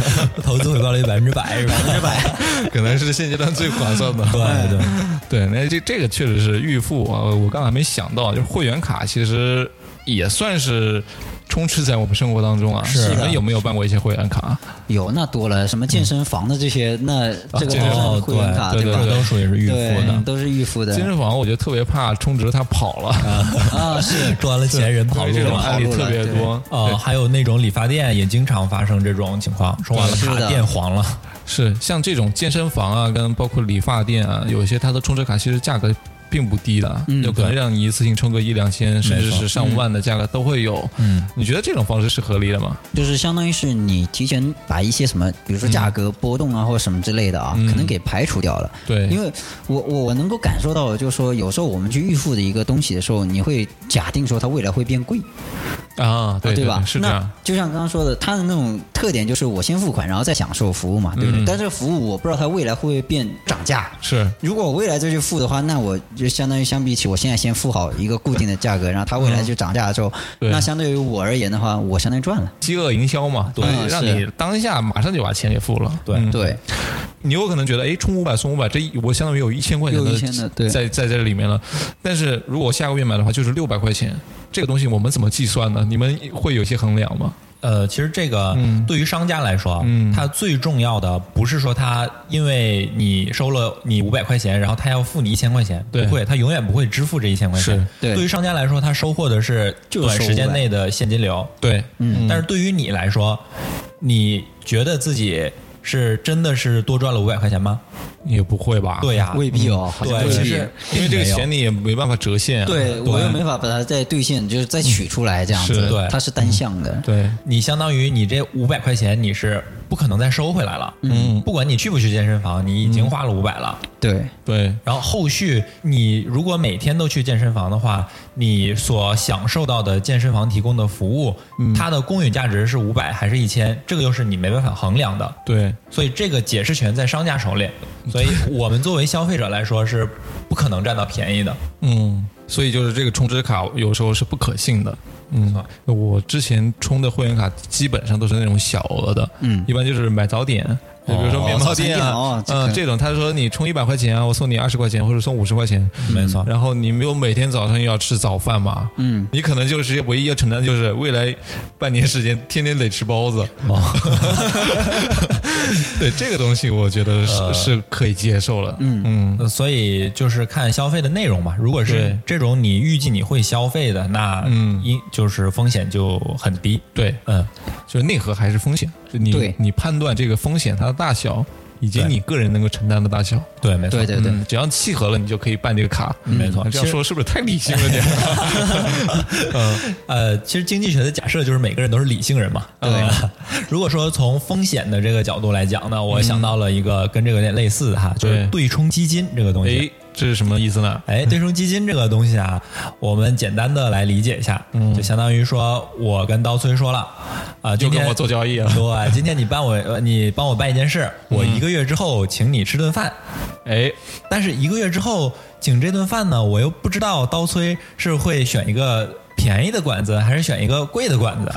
[SPEAKER 1] 投资回报率百分之百是吧？百分之百，
[SPEAKER 2] 可能是现阶段最划算的。
[SPEAKER 1] 对对。
[SPEAKER 2] 对，那这这个确实是预付啊，我刚才没想到，就是会员卡其实也算是充斥在我们生活当中啊。
[SPEAKER 1] 是
[SPEAKER 2] 你们有没有办过一些会员卡？
[SPEAKER 3] 有那多了，什么健身房的这些，那这个
[SPEAKER 2] 健身
[SPEAKER 3] 都
[SPEAKER 1] 哦
[SPEAKER 3] 是，会员卡
[SPEAKER 1] 对，
[SPEAKER 3] 吧
[SPEAKER 1] 这？个都属于是预付
[SPEAKER 3] 对，
[SPEAKER 1] 的，
[SPEAKER 3] 都是预付的
[SPEAKER 2] 健身房我就特别怕充值他跑 了，
[SPEAKER 3] 啊，是
[SPEAKER 1] 赚了钱人跑
[SPEAKER 2] 因为 这
[SPEAKER 1] 路
[SPEAKER 2] 种
[SPEAKER 1] 了。
[SPEAKER 2] 案例特别多。
[SPEAKER 1] 呃，还有那种理发店也经常发生这种情况，说完了
[SPEAKER 3] 是
[SPEAKER 1] 卡
[SPEAKER 3] 的
[SPEAKER 1] 店黄了，
[SPEAKER 2] 是像这种健身房啊，跟包括理发店啊，有一些它的充值卡其实价格并不低的，
[SPEAKER 3] 嗯
[SPEAKER 2] 有可能
[SPEAKER 1] 对
[SPEAKER 2] 让你一次性充个一两千，甚至
[SPEAKER 1] 没错
[SPEAKER 2] 是上万的价格都会有。
[SPEAKER 1] 嗯，
[SPEAKER 2] 你觉得这种方式是合理的吗？
[SPEAKER 3] 就是相当于是你提前把一些什么，比如说价格波动啊，或者什么之类的啊，
[SPEAKER 2] 嗯
[SPEAKER 3] 可能给排除掉了。
[SPEAKER 2] 对，
[SPEAKER 3] 因为我我我能够感受到，就是说有时候我们去预付的一个东西的时候，你会假定说它未来会变贵，
[SPEAKER 2] 啊，对
[SPEAKER 3] 对吧？
[SPEAKER 2] 是这样
[SPEAKER 3] 那。就像刚刚说的，它的那种特点就是我先付款，然后再享受服务嘛，对不对？
[SPEAKER 2] 嗯
[SPEAKER 3] 但是服务我不知道它未来会不会变涨价。
[SPEAKER 2] 是，
[SPEAKER 3] 如果我未来再去付的话，那我就相当于相比起我现在先付好一个固定的价格，然后它未来就涨价的时候，
[SPEAKER 2] 嗯对
[SPEAKER 3] 那相对于我而言的话，我相当于赚了。
[SPEAKER 2] 饥饿营销嘛，对，
[SPEAKER 3] 嗯
[SPEAKER 2] 让
[SPEAKER 3] 是
[SPEAKER 2] 你当下马上就把钱给付了。
[SPEAKER 1] 对
[SPEAKER 2] 嗯
[SPEAKER 3] 对，
[SPEAKER 2] 你有可能觉得，哎，充五百送五百，这一我相当于有一千块钱
[SPEAKER 3] 有
[SPEAKER 2] 的
[SPEAKER 3] 1000的对
[SPEAKER 2] 在在这里面了。但是如果我下个月买的话，就是六百块钱。这个东西我们怎么计算呢？你们会有一些衡量吗？
[SPEAKER 1] 呃，其实这个
[SPEAKER 2] 嗯
[SPEAKER 1] 对于商家来说，
[SPEAKER 2] 嗯
[SPEAKER 1] 他最重要的不是说他因为你收了你五百块钱，然后他要付你一千块钱，不
[SPEAKER 2] 对
[SPEAKER 1] 会，他永远不会支付这一千块钱
[SPEAKER 2] 是。
[SPEAKER 3] 对
[SPEAKER 1] 于商家来说，他收获的是
[SPEAKER 3] 就是
[SPEAKER 1] 短
[SPEAKER 3] 收
[SPEAKER 1] 时间
[SPEAKER 3] 500
[SPEAKER 1] 内的现金流。
[SPEAKER 2] 对，
[SPEAKER 3] 嗯
[SPEAKER 1] 但是对于你来说，你觉得自己是真的是多赚了五百块钱吗？
[SPEAKER 2] 也不会吧？
[SPEAKER 1] 对呀、嗯
[SPEAKER 3] 未必哦，好像
[SPEAKER 1] 对，
[SPEAKER 3] 未
[SPEAKER 1] 其
[SPEAKER 3] 必
[SPEAKER 1] 实
[SPEAKER 2] 因为这
[SPEAKER 1] 并
[SPEAKER 2] 个
[SPEAKER 1] 没有
[SPEAKER 2] 钱你也没办法折现、啊。
[SPEAKER 3] 对我又没法把它再兑现，就是再取出来这样
[SPEAKER 2] 嗯是嗯
[SPEAKER 3] 子，
[SPEAKER 1] 对
[SPEAKER 3] 它是单向的。
[SPEAKER 2] 对，
[SPEAKER 1] 你相当于你这五百块钱你是不可能再收回来了。嗯，不管你去不去健身房，你已经花了五百了。
[SPEAKER 3] 对
[SPEAKER 2] 对，
[SPEAKER 1] 然后后续你如果每天都去健身房的话，你所享受到的健身房提供的服务，
[SPEAKER 2] 嗯
[SPEAKER 1] 它的公允价值是五百还是一千，这个又是你没办法衡量的。
[SPEAKER 2] 对，
[SPEAKER 1] 所以这个解释权在商家手里，
[SPEAKER 2] 嗯
[SPEAKER 1] 所以我们作为消费者来说是不可能占到便宜的。
[SPEAKER 2] 嗯，所以就是这个充值卡有时候是不可信的。嗯，我之前充的会员卡基本上都是那种小额的，
[SPEAKER 3] 嗯
[SPEAKER 2] 一般就是买早点，就比如说
[SPEAKER 1] 哦
[SPEAKER 2] 面包店
[SPEAKER 3] 早餐
[SPEAKER 2] 啊，
[SPEAKER 3] 店哦
[SPEAKER 2] 嗯，
[SPEAKER 3] 这
[SPEAKER 2] 这种他说你充一百块钱啊，我送你二十块钱或者送五十块钱，
[SPEAKER 1] 没错，
[SPEAKER 2] 然后你没有每天早上要吃早饭嘛，嗯，你可能就是唯一要承担就是未来半年时间天天得吃包子， 对这个东西我觉得是、是可以接受了，嗯嗯，
[SPEAKER 1] 呃所以就是看消费的内容嘛。如果是
[SPEAKER 2] 对
[SPEAKER 1] 这种你预计你会消费的，那
[SPEAKER 2] 嗯
[SPEAKER 1] 因就是风险就很低。
[SPEAKER 2] 对，
[SPEAKER 1] 嗯，
[SPEAKER 2] 就是内核还是风险，就你
[SPEAKER 3] 对
[SPEAKER 2] 你判断这个风险它的大小，以及
[SPEAKER 1] 对
[SPEAKER 2] 你个人能够承担的大小。
[SPEAKER 1] 对，没错，
[SPEAKER 3] 对对对嗯
[SPEAKER 2] 嗯，只要契合了，你就可以办这个卡。
[SPEAKER 1] 没错
[SPEAKER 2] 这样说是不是太理性了点？嗯
[SPEAKER 1] 呃，其实经济学的假设就是每个人都是理性人嘛。对、如果说从风险的这个角度来讲呢，我想到了一个跟这个有点类似的哈，就是
[SPEAKER 2] 对
[SPEAKER 1] 对冲基金这个东西。
[SPEAKER 2] 哎，这是什么意思呢？
[SPEAKER 1] 哎，对冲基金这个东西啊，我们简单的来理解一下，
[SPEAKER 2] 嗯
[SPEAKER 1] 就相当于说我跟刀崔说了，啊、
[SPEAKER 2] 就
[SPEAKER 1] 今
[SPEAKER 2] 跟
[SPEAKER 1] 天
[SPEAKER 2] 我做交易嗯啊？
[SPEAKER 1] 对，今天你帮我，呃你帮我办一件事，我一个月之后请你吃顿饭，
[SPEAKER 2] 哎，
[SPEAKER 1] 但是一个月之后请这顿饭呢，我又不知道刀崔是会选一个便宜的馆子，还是选一个贵的馆子，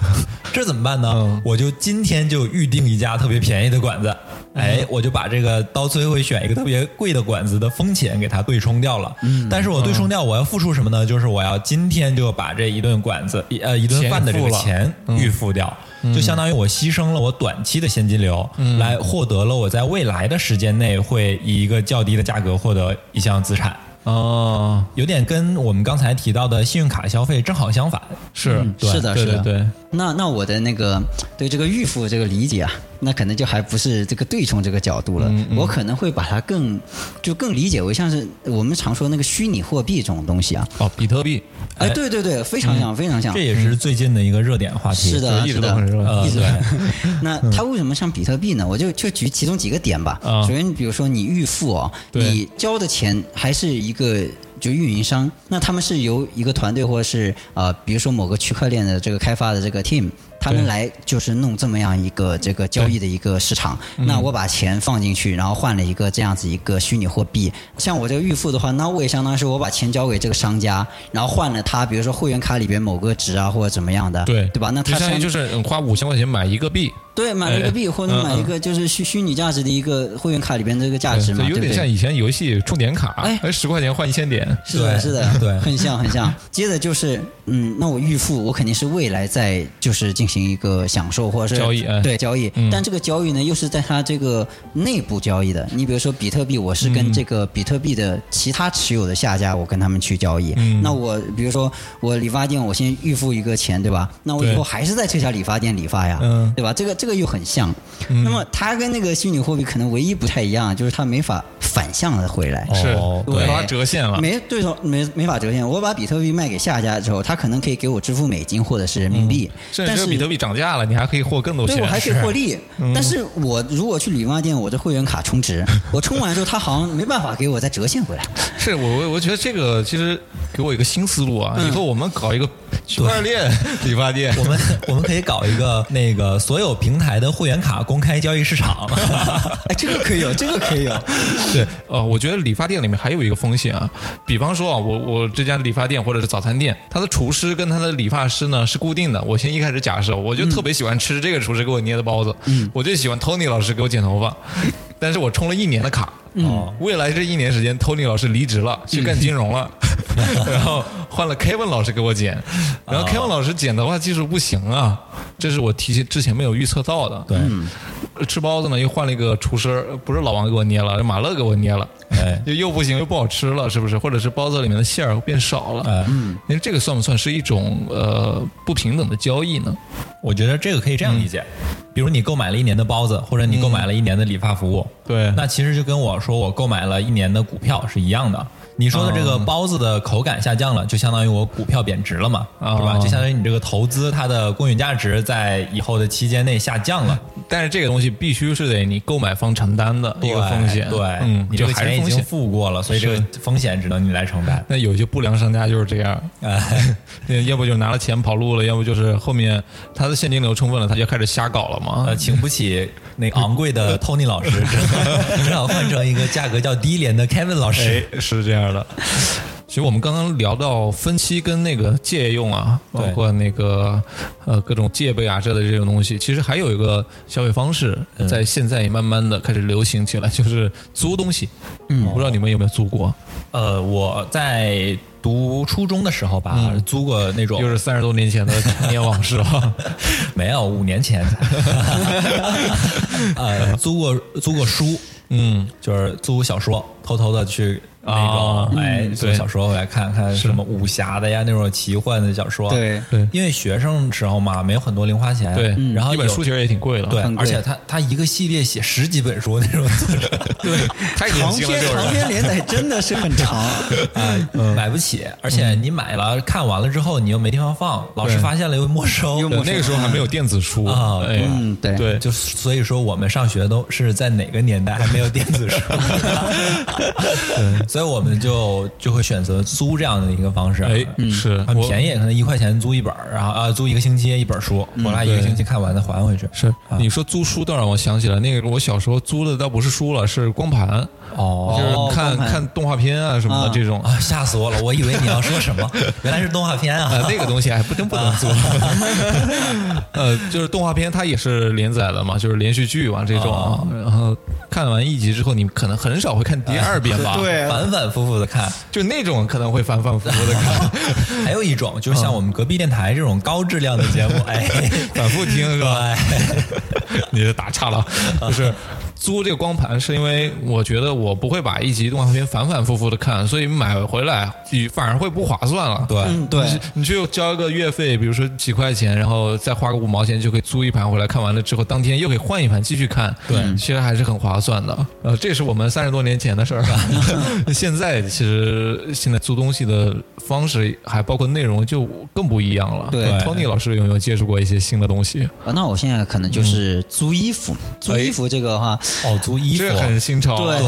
[SPEAKER 1] 这怎么办呢？
[SPEAKER 2] 嗯
[SPEAKER 1] 我就今天就预定一家特别便宜的馆子，哎，我就把这个刀崔会选一个特别贵的馆子的风险给它对冲掉了。但是我对冲掉，我要付出什么呢？就是我要今天就把这一顿馆子，一呃，一顿饭的这个
[SPEAKER 2] 钱付了
[SPEAKER 1] 钱
[SPEAKER 3] 嗯
[SPEAKER 1] 预付掉。就相当于我牺牲了我短期的现金流，
[SPEAKER 3] 嗯
[SPEAKER 1] 来获得了我在未来的时间内会以一个较低的价格获得一项资产，
[SPEAKER 2] 哦，
[SPEAKER 1] 有点跟我们刚才提到的信用卡消费正好相反。
[SPEAKER 2] 是
[SPEAKER 3] 嗯
[SPEAKER 2] 对
[SPEAKER 3] 是的
[SPEAKER 2] 对
[SPEAKER 3] 是
[SPEAKER 2] 对
[SPEAKER 3] 的
[SPEAKER 2] 对，
[SPEAKER 3] 那那我的那个对这个预付这个理解啊，那可能就还不是这个对冲这个角度了，
[SPEAKER 2] 嗯
[SPEAKER 3] 我可能会把它更就更理解为像是我们常说那个虚拟货币这种东西啊。
[SPEAKER 2] 哦，比特币，
[SPEAKER 3] 哎，对对对，非常像，非常像
[SPEAKER 1] 这。也是最近的一个热点话题。
[SPEAKER 3] 是的，
[SPEAKER 2] 嗯一
[SPEAKER 3] 是
[SPEAKER 2] 直都
[SPEAKER 3] 的
[SPEAKER 2] 很，热
[SPEAKER 1] 呃，对，
[SPEAKER 3] 那它为什么像比特币呢？我就就举其中几个点吧。
[SPEAKER 2] 嗯啊
[SPEAKER 3] 首先，比如说你预付哦，
[SPEAKER 2] 对
[SPEAKER 3] 你交的钱还是一个就运营商，那他们是由一个团队或者是呃，比如说某个区块链的这个开发的这个 team。他们
[SPEAKER 2] 对
[SPEAKER 3] 来就是弄这么样一个这个交易的一个市场，
[SPEAKER 2] 嗯
[SPEAKER 3] 那我把钱放进去，然后换了一个这样子一个虚拟货币。像我这个预付的话，那我也相当于是我把钱交给这个商家，然后换了他，比如说会员卡里边某个值啊或者怎么样的，
[SPEAKER 2] 对
[SPEAKER 3] 对吧？那
[SPEAKER 2] 就
[SPEAKER 3] 他
[SPEAKER 2] 相当
[SPEAKER 3] 相
[SPEAKER 2] 于就是嗯花五千块钱买一个币，
[SPEAKER 3] 对，买了一个币，
[SPEAKER 2] 哎
[SPEAKER 3] 或者买
[SPEAKER 2] 嗯嗯
[SPEAKER 3] 一个就是虚虚拟价值的一个会员卡里边这个价值
[SPEAKER 2] 对
[SPEAKER 3] 嘛，
[SPEAKER 2] 就有
[SPEAKER 3] 对不
[SPEAKER 2] 点像
[SPEAKER 3] 对？
[SPEAKER 2] 以前游戏充点卡，
[SPEAKER 3] 哎
[SPEAKER 2] 哎，十块钱换一千点，
[SPEAKER 3] 是的，
[SPEAKER 1] 对
[SPEAKER 3] 是的，
[SPEAKER 1] 对
[SPEAKER 3] 很像，很像。接着就是，嗯，那我预付，我肯定是未来再就是进行一个享受或者是
[SPEAKER 2] 交易哎
[SPEAKER 3] 对交易。但这个交易呢，又是在它这个内部交易的。你比如说比特币，我是
[SPEAKER 2] 嗯
[SPEAKER 3] 跟这个比特币的其他持有的下家，我跟他们去交易。
[SPEAKER 2] 嗯
[SPEAKER 3] 那我比如说我理发店，我先预付一个钱，对吧？那我以
[SPEAKER 2] 对
[SPEAKER 3] 后还是在这家理发店理发呀，
[SPEAKER 2] 嗯
[SPEAKER 3] 对吧？这个这个又很像。那么它跟那个虚拟货币可能唯一不太一样，就是它没法反向的回来。
[SPEAKER 2] 是
[SPEAKER 1] 哦
[SPEAKER 2] 我
[SPEAKER 3] 对
[SPEAKER 2] 把它折现了，
[SPEAKER 3] 没对头，没没法折现。我把比特币卖给下家之后，他可能可以给我支付美金或者是人民币，
[SPEAKER 2] 嗯甚至
[SPEAKER 3] 但
[SPEAKER 2] 这
[SPEAKER 3] 是
[SPEAKER 2] 个比特币涨价了，你还可以获更多钱，嗯
[SPEAKER 3] 对我还可以获利。但是我如果去理发店，我的会员卡充值，我充完之后，他好像没办法给我再折现回来。
[SPEAKER 2] 是我我我觉得这个其实给我一个新思路啊，以后我们搞一个区块 链理发店，
[SPEAKER 1] 我们我们可以搞一个那个所有平台的会员卡公开交易市 场。
[SPEAKER 3] 哎，这个可以有，这个可以有。
[SPEAKER 2] 对，呃，我觉得理发店里面还有一个风险啊，比方说啊，我我这家理发店或者是早餐店，它的厨师跟他的理发师呢是固定的。我先一开始假设，我就特别喜欢吃这个厨师给我捏的包子，嗯，我就喜欢 Tony 老师给我剪头发， 但是我充了一年的卡。
[SPEAKER 1] 哦
[SPEAKER 2] 未来这一年时间，Tony 老师离职了，去干金融了，然后换了 Kevin 老师给我剪，然后 Kevin 老师剪的话技术不行啊，这是我提前之前没有预测到的。嗯
[SPEAKER 1] 对，
[SPEAKER 2] 吃包子呢，又换了一个厨师，不是老王给我捏了，是马乐给我捏了，
[SPEAKER 1] 哎
[SPEAKER 2] 又又不行，又不好吃了，是不是？或者是包子里面的馅儿变少了，嗯
[SPEAKER 1] 呃，
[SPEAKER 2] 那、这个算不算是一种呃不平等的交易呢？
[SPEAKER 1] 我觉得这个可以这样理解，
[SPEAKER 3] 嗯
[SPEAKER 1] 比如你购买了一年的包子，或者你购买了一年的理发服务，
[SPEAKER 2] 对
[SPEAKER 1] 那其实就跟我说我购买了一年的股票是一样的。你说的这个包子的口感下降了，就相当于我股票贬值了嘛，
[SPEAKER 2] 哦
[SPEAKER 1] 对吧？就相当于你这个投资它的公允价值在以后的期间内下降了，
[SPEAKER 2] 但是这个东西必须是得你购买方承担的一个风险，
[SPEAKER 1] 对，
[SPEAKER 2] 嗯，
[SPEAKER 1] 你这个
[SPEAKER 2] 就还
[SPEAKER 1] 钱
[SPEAKER 2] 是
[SPEAKER 1] 已
[SPEAKER 2] 风
[SPEAKER 1] 经
[SPEAKER 2] 险。
[SPEAKER 1] 付过了，所以这个风险只能你来承担。
[SPEAKER 2] 那有一些不良商家就是这样，
[SPEAKER 1] 哎，
[SPEAKER 2] 要不就拿了钱跑路了，要不就是后面他的现金流充分了，他就开始瞎搞了嘛。
[SPEAKER 1] 呃，请不起那个昂贵的 Tony 老师， 只好换成一个价格较低廉的 Kevin 老师。
[SPEAKER 2] 哎，是这样的。其实我们刚刚聊到分期跟那个借用啊，包
[SPEAKER 1] 对
[SPEAKER 2] 括那个呃各种借呗啊之类的这种东西，其实还有一个消费方式在现在也慢慢的开始流行起来，就是租东西。嗯，我不知道你们有没有租过，
[SPEAKER 1] 呃，我在读初中的时候吧，
[SPEAKER 2] 嗯
[SPEAKER 1] 租过那种
[SPEAKER 2] 又是三十多年前的童年往事了。
[SPEAKER 1] 没有五年 前才，呃，租过租过书，
[SPEAKER 2] 嗯，
[SPEAKER 1] 就是租小说，偷偷的去那种
[SPEAKER 2] 哦，
[SPEAKER 1] 哎，
[SPEAKER 2] 嗯
[SPEAKER 1] 从
[SPEAKER 2] 对
[SPEAKER 1] 小时候来看看什么武侠的呀，那种奇幻的小说，
[SPEAKER 3] 对
[SPEAKER 2] 对
[SPEAKER 1] 因为学生时候嘛，没有很多零花钱，
[SPEAKER 2] 对，
[SPEAKER 1] 然后
[SPEAKER 2] 一本
[SPEAKER 1] 有
[SPEAKER 2] 书其实也挺贵的，
[SPEAKER 1] 对
[SPEAKER 3] 嗯很，贵
[SPEAKER 1] 而且他他一个系列写十几本书那种 作者，
[SPEAKER 2] 对， 太年
[SPEAKER 3] 长
[SPEAKER 2] 轻了
[SPEAKER 3] 篇
[SPEAKER 2] 就是
[SPEAKER 3] 长篇连载真的是很长，
[SPEAKER 1] 嗯买不起，而且你买了看完了之后，你又没地方放，老师
[SPEAKER 2] 对
[SPEAKER 1] 发现了又没收，
[SPEAKER 2] 对那个时候还没有电子书
[SPEAKER 1] 啊
[SPEAKER 2] 哎
[SPEAKER 3] 嗯对
[SPEAKER 2] 对，
[SPEAKER 1] 就所以说，我们上学都是在哪个年代还没有电子书， 所以我们就就会选择租这样的一个方式，啊嗯
[SPEAKER 2] 哎是
[SPEAKER 1] 很
[SPEAKER 2] 我
[SPEAKER 1] 便宜，可能一块钱租一本儿，然后啊租一个星期一本书，我来一个
[SPEAKER 2] 嗯对
[SPEAKER 1] 星期看完再还回去。啊
[SPEAKER 2] 是你说租书，倒让我想起来那个我小时候租的倒不是书了，是光盘，就
[SPEAKER 1] 哦
[SPEAKER 2] 是看
[SPEAKER 3] 光盘
[SPEAKER 2] 看动画片啊什么
[SPEAKER 3] 啊
[SPEAKER 2] 的这种 啊，
[SPEAKER 1] 啊，吓死我了！我以为你要说什么，原来是动画片啊。
[SPEAKER 2] 呃那个东西还不真不能租。呃，就是动画片它也是连载的嘛，就是连续剧嘛这种，啊然后看完一集之后，你可能很少会看第二遍 吧，，
[SPEAKER 1] 啊反反复复的看，
[SPEAKER 2] 就那种可能会反反复复的看，
[SPEAKER 1] 还有一种就是像我们隔壁电台这种高质量的节 目，哎，
[SPEAKER 2] 嗯反复听是吧？ 你这打岔了，啊就是租这个光盘是因为我觉得我不会把一集动画片反反复复的看，所以买回来反而会不划算了。
[SPEAKER 1] 对，
[SPEAKER 3] 嗯对
[SPEAKER 2] 你去，你去交一个月费，比如说几块钱，然后再花个五毛钱就可以租一盘回来，看完了之后当天又可以换一盘继续看。对，其实还是很划算的。呃，这是我们三十多年前的事儿了。现在其实现在租东西的方式还包括内容就更不一样了。
[SPEAKER 3] 对
[SPEAKER 2] ，Tony 老师有没有接触过一些新的东西？
[SPEAKER 3] 啊那我现在可能就是
[SPEAKER 2] 嗯
[SPEAKER 3] 租衣服，
[SPEAKER 2] 哎
[SPEAKER 3] 租衣服这个的话，
[SPEAKER 1] 哦，租衣服
[SPEAKER 2] 这，很新潮。
[SPEAKER 3] 对，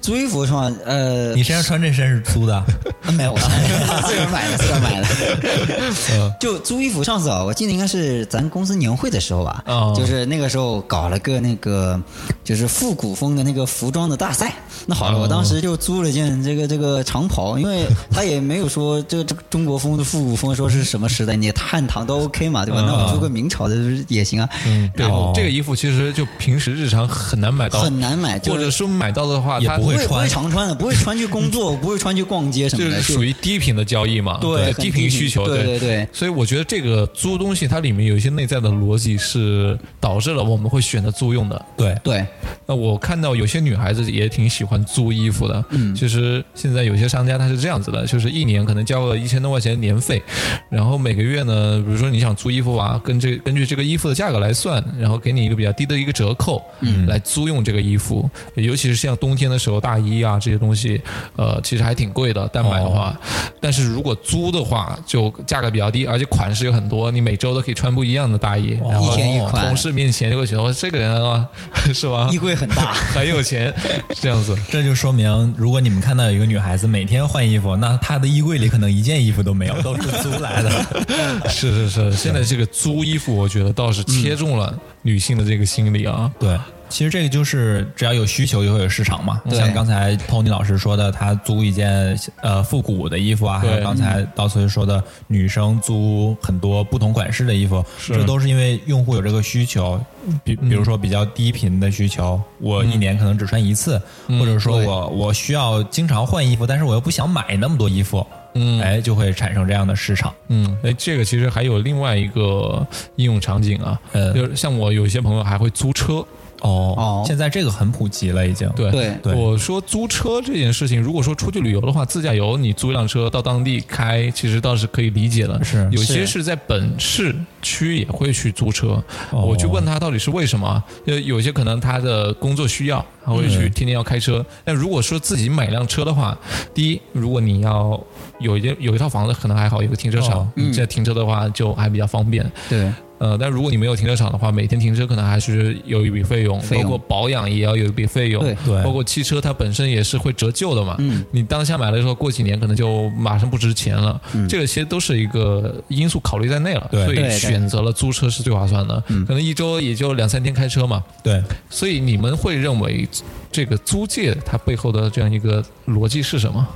[SPEAKER 3] 租衣服的话，呃，
[SPEAKER 1] 你身上穿这身是租的？啊
[SPEAKER 3] 没有， 自个儿买的，自个儿买
[SPEAKER 2] 嗯
[SPEAKER 3] 的。就租衣服，上次啊，我记得应该是咱公司年会的时候吧，
[SPEAKER 2] 哦
[SPEAKER 3] 就是那个时候搞了个那个就是复古风的那个服装的大赛。那好了，
[SPEAKER 2] 哦
[SPEAKER 3] 我当时就租了件这个这个长袍，因为他也没有说这个这个中国风的复古风说是什么时代，你汉唐都 OK 嘛，对吧？那我租个明朝的也行啊。
[SPEAKER 2] 嗯，对
[SPEAKER 3] 然后，
[SPEAKER 2] 这个衣服其实就平时日常很难买到，
[SPEAKER 3] 很难买就是
[SPEAKER 2] 或者说买到的话，
[SPEAKER 1] 也
[SPEAKER 2] 它
[SPEAKER 1] 不
[SPEAKER 3] 不
[SPEAKER 1] 会
[SPEAKER 3] 会不
[SPEAKER 1] 穿
[SPEAKER 3] 会常穿的，不会穿去工 作，不会穿去逛街什
[SPEAKER 2] 就
[SPEAKER 3] 么
[SPEAKER 2] 是
[SPEAKER 3] 的，
[SPEAKER 2] 属
[SPEAKER 3] 于
[SPEAKER 2] 于低频的交易嘛，
[SPEAKER 3] 对很
[SPEAKER 2] 低频需求，
[SPEAKER 3] 低频对对对
[SPEAKER 2] 所以我觉得这个租东西它里面有一些内在的逻辑是导致了我们会选择租用的。
[SPEAKER 1] 对，
[SPEAKER 3] 对
[SPEAKER 2] 那我看到有些女孩子也挺喜欢租衣服的，嗯，其实现在有些商家他是这样子的，就是一年可能交个一千多块钱年费，然后每个月呢，比如说你想租衣服啊，跟这根据这个衣服的价格来算，然后给你一个比较低的一个折扣，嗯，来租用这个衣服，尤其是像冬天的时候，大衣啊这些东西，呃，其实还挺贵的，单买的
[SPEAKER 3] 哦
[SPEAKER 2] 话，但是如果租的话，就价格比较低，而且款式有很多，你每周都可以穿不一样的大衣，然后
[SPEAKER 3] 哦一天一款
[SPEAKER 2] 同事面前就会觉得哇这个人啊， 是吧？
[SPEAKER 3] 衣柜很 大。
[SPEAKER 2] 很有钱，是这样子。
[SPEAKER 1] 这就说明，如果你们看到有一个女孩子每天换衣服，那她的衣柜里可能一件衣服都没有，都是租来的。
[SPEAKER 2] 是是 是，现在这个租衣服，我觉得倒是切中了女性的这个心理啊。
[SPEAKER 1] 对，其实这个就是只要有需求就会有市场嘛。
[SPEAKER 3] 对
[SPEAKER 1] 像刚才 Tony 老师说的，他租一件呃复古的衣服啊，还有
[SPEAKER 2] 对
[SPEAKER 1] 刚才刀崔说的女生租很多不同款式的衣服，
[SPEAKER 2] 是嗯
[SPEAKER 1] 这都是因为用户有这个需求。比比如说比较低频的需求，我一年可能只穿一次，
[SPEAKER 2] 嗯
[SPEAKER 1] 或者说我我需要经常换衣服，但是我又不想买那么多衣服，嗯，哎，就会产生这样的市场。
[SPEAKER 2] 嗯，哎，这个其实还有另外一个应用场景啊，
[SPEAKER 1] 嗯
[SPEAKER 2] 就是像我有一些朋友还会租车。
[SPEAKER 1] 哦，
[SPEAKER 3] 哦
[SPEAKER 1] 现在这个很普及了，已经。
[SPEAKER 2] 对
[SPEAKER 3] 对
[SPEAKER 1] 对
[SPEAKER 2] 我说租车这件事情，如果说出去旅游的话，自驾游你租一辆车到当地开，其实倒是可以理解的。
[SPEAKER 1] 是
[SPEAKER 2] 有些
[SPEAKER 3] 是
[SPEAKER 2] 是在本市区也会去租车，
[SPEAKER 1] 哦
[SPEAKER 2] 我去问他到底是为什么，呃，有些可能他的工作需要，他会
[SPEAKER 1] 嗯
[SPEAKER 2] 去天天要开车。但如果说自己买辆车的话，第一，如果你要有一间有一套房子可能还好，有个停车场
[SPEAKER 1] 哦，
[SPEAKER 2] 你这停车的话就还比较方便。
[SPEAKER 3] 对，
[SPEAKER 2] 呃，但如果你没有停车场的话，每天停车可能还是有一笔费用，
[SPEAKER 3] 费用
[SPEAKER 2] 包括保养也要有一笔费用，
[SPEAKER 3] 对
[SPEAKER 1] 对
[SPEAKER 2] 包括汽车它本身也是会折旧的嘛。
[SPEAKER 3] 嗯，
[SPEAKER 2] 你当下买了之后，过几年可能就马上不值钱了。嗯，这个其实都是一个因素考虑在内了，
[SPEAKER 1] 对
[SPEAKER 2] 所
[SPEAKER 3] 对嗯
[SPEAKER 2] 以
[SPEAKER 3] 对
[SPEAKER 2] 选择了租车是最划算的。可能一周也就两三天开车嘛，
[SPEAKER 1] 对，
[SPEAKER 2] 所以你们会认为这个租借它背后的这样一个逻辑是什么？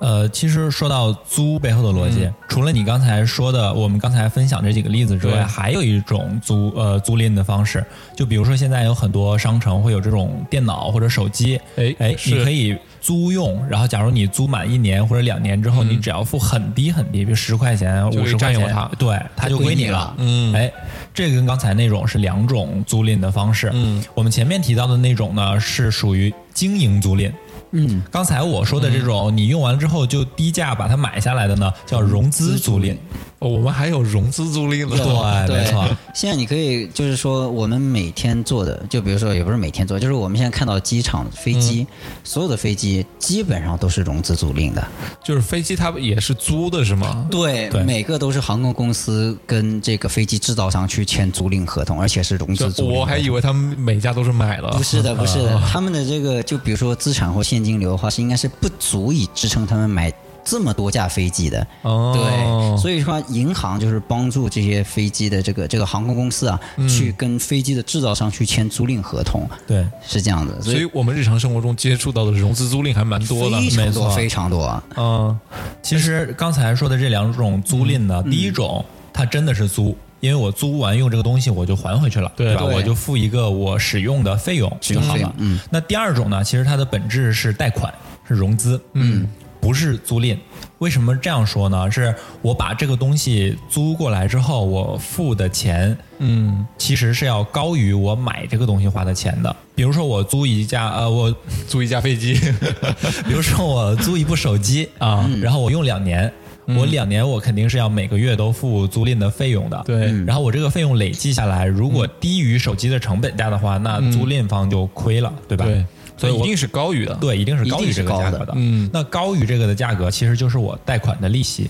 [SPEAKER 1] 呃，其实说到租背后的逻
[SPEAKER 2] 嗯
[SPEAKER 1] 辑，除了你刚才说的，我们刚才分享这几个例子之
[SPEAKER 2] 对
[SPEAKER 1] 外，还有一种租呃租赁的方式，就比如说现在有很多商城会有这种电脑或者手机，
[SPEAKER 2] 哎
[SPEAKER 1] 哎，你
[SPEAKER 2] 是
[SPEAKER 1] 可以租用，然后假如你租满一年或者两年之后，你只要付很低很低，比如十块钱、
[SPEAKER 2] 嗯就可
[SPEAKER 1] 五
[SPEAKER 2] 以
[SPEAKER 1] 十块
[SPEAKER 2] 占有
[SPEAKER 1] 钱，
[SPEAKER 2] 它
[SPEAKER 1] 对，它就归
[SPEAKER 3] 归
[SPEAKER 1] 你
[SPEAKER 3] 你
[SPEAKER 1] 了
[SPEAKER 3] 了。
[SPEAKER 1] 嗯，哎，这个跟刚才那种是两
[SPEAKER 2] 嗯
[SPEAKER 1] 种租赁的方式。嗯，我们前面提到的那种呢，是属于经营租赁。嗯，刚才我说的
[SPEAKER 2] 嗯
[SPEAKER 1] 这种，你用完之后就低价把它买下来的呢，叫融资租赁。
[SPEAKER 2] 哦，我们还有融资租赁了，
[SPEAKER 1] 对，
[SPEAKER 3] 对
[SPEAKER 1] 没错，
[SPEAKER 3] 现在你可以就是说，我们每天坐的，就比如说也不是每天坐，就是我们现在看到机场飞机，
[SPEAKER 2] 嗯
[SPEAKER 3] 所有的飞机基本上都是融资租赁的。
[SPEAKER 2] 就是飞机它也是租的是吗？
[SPEAKER 3] 对，
[SPEAKER 1] 对
[SPEAKER 3] 每个都是航空公司跟这个飞机制造商去签租赁合同，而且是融资
[SPEAKER 2] 就
[SPEAKER 3] 租赁合同。
[SPEAKER 2] 我还以为啊他们每家都是买了，
[SPEAKER 3] 不是 的，不是的，他们的这个就比如说资产或现金流的话，是应该是不足以支撑他们买这么多架飞机的。
[SPEAKER 2] 哦
[SPEAKER 3] 对，，所以说银行就是帮助这些飞机的这个这个航空公司啊，
[SPEAKER 1] 嗯
[SPEAKER 3] 去跟飞机的制造商去签租赁合同，
[SPEAKER 1] 对。
[SPEAKER 3] 是这样的。
[SPEAKER 2] 所以我们日常生活中接触到的融资租赁还蛮多的，
[SPEAKER 3] 非
[SPEAKER 1] 没
[SPEAKER 3] 常
[SPEAKER 1] 错
[SPEAKER 3] 多，非常多啊。
[SPEAKER 2] 嗯，
[SPEAKER 1] 其实刚才说的这两种租赁
[SPEAKER 3] 嗯
[SPEAKER 1] 呢，第一种它真的是租。因为我租完用这个东西，我就还回去了，
[SPEAKER 2] 对
[SPEAKER 1] 吧？
[SPEAKER 3] 对
[SPEAKER 1] 我就付一个我使用的费用
[SPEAKER 3] 使
[SPEAKER 1] 就
[SPEAKER 3] 用
[SPEAKER 1] 好
[SPEAKER 3] 费
[SPEAKER 1] 了
[SPEAKER 3] 用。嗯，
[SPEAKER 1] 那第二种呢，其实它的本质是贷款，是融资，嗯，不是租赁。为什么这样说呢？是我把这个东西租过来之后，我付的钱，
[SPEAKER 2] 嗯，
[SPEAKER 1] 其实是要高于我买这个东西花的钱的。比如说我租一架，呃，我
[SPEAKER 2] 租一架飞机，
[SPEAKER 1] 比如说我租一部手机啊，
[SPEAKER 2] 嗯
[SPEAKER 1] 然后我用两年。我两年，我肯定是要每个月都付租赁的费用的。
[SPEAKER 2] 对嗯
[SPEAKER 1] 然后我这个费用累计下来，如果低于手机的成本价的话，那租赁方就亏了，对吧？
[SPEAKER 2] 嗯
[SPEAKER 1] 所
[SPEAKER 2] 对，
[SPEAKER 1] 以
[SPEAKER 2] 一
[SPEAKER 1] 我
[SPEAKER 2] 定是高于的，
[SPEAKER 1] 对一定是高于这个价
[SPEAKER 3] 一定
[SPEAKER 1] 格
[SPEAKER 3] 是高
[SPEAKER 1] 的。
[SPEAKER 2] 嗯
[SPEAKER 1] 那高于这个的价格，其实就是我贷款的利息。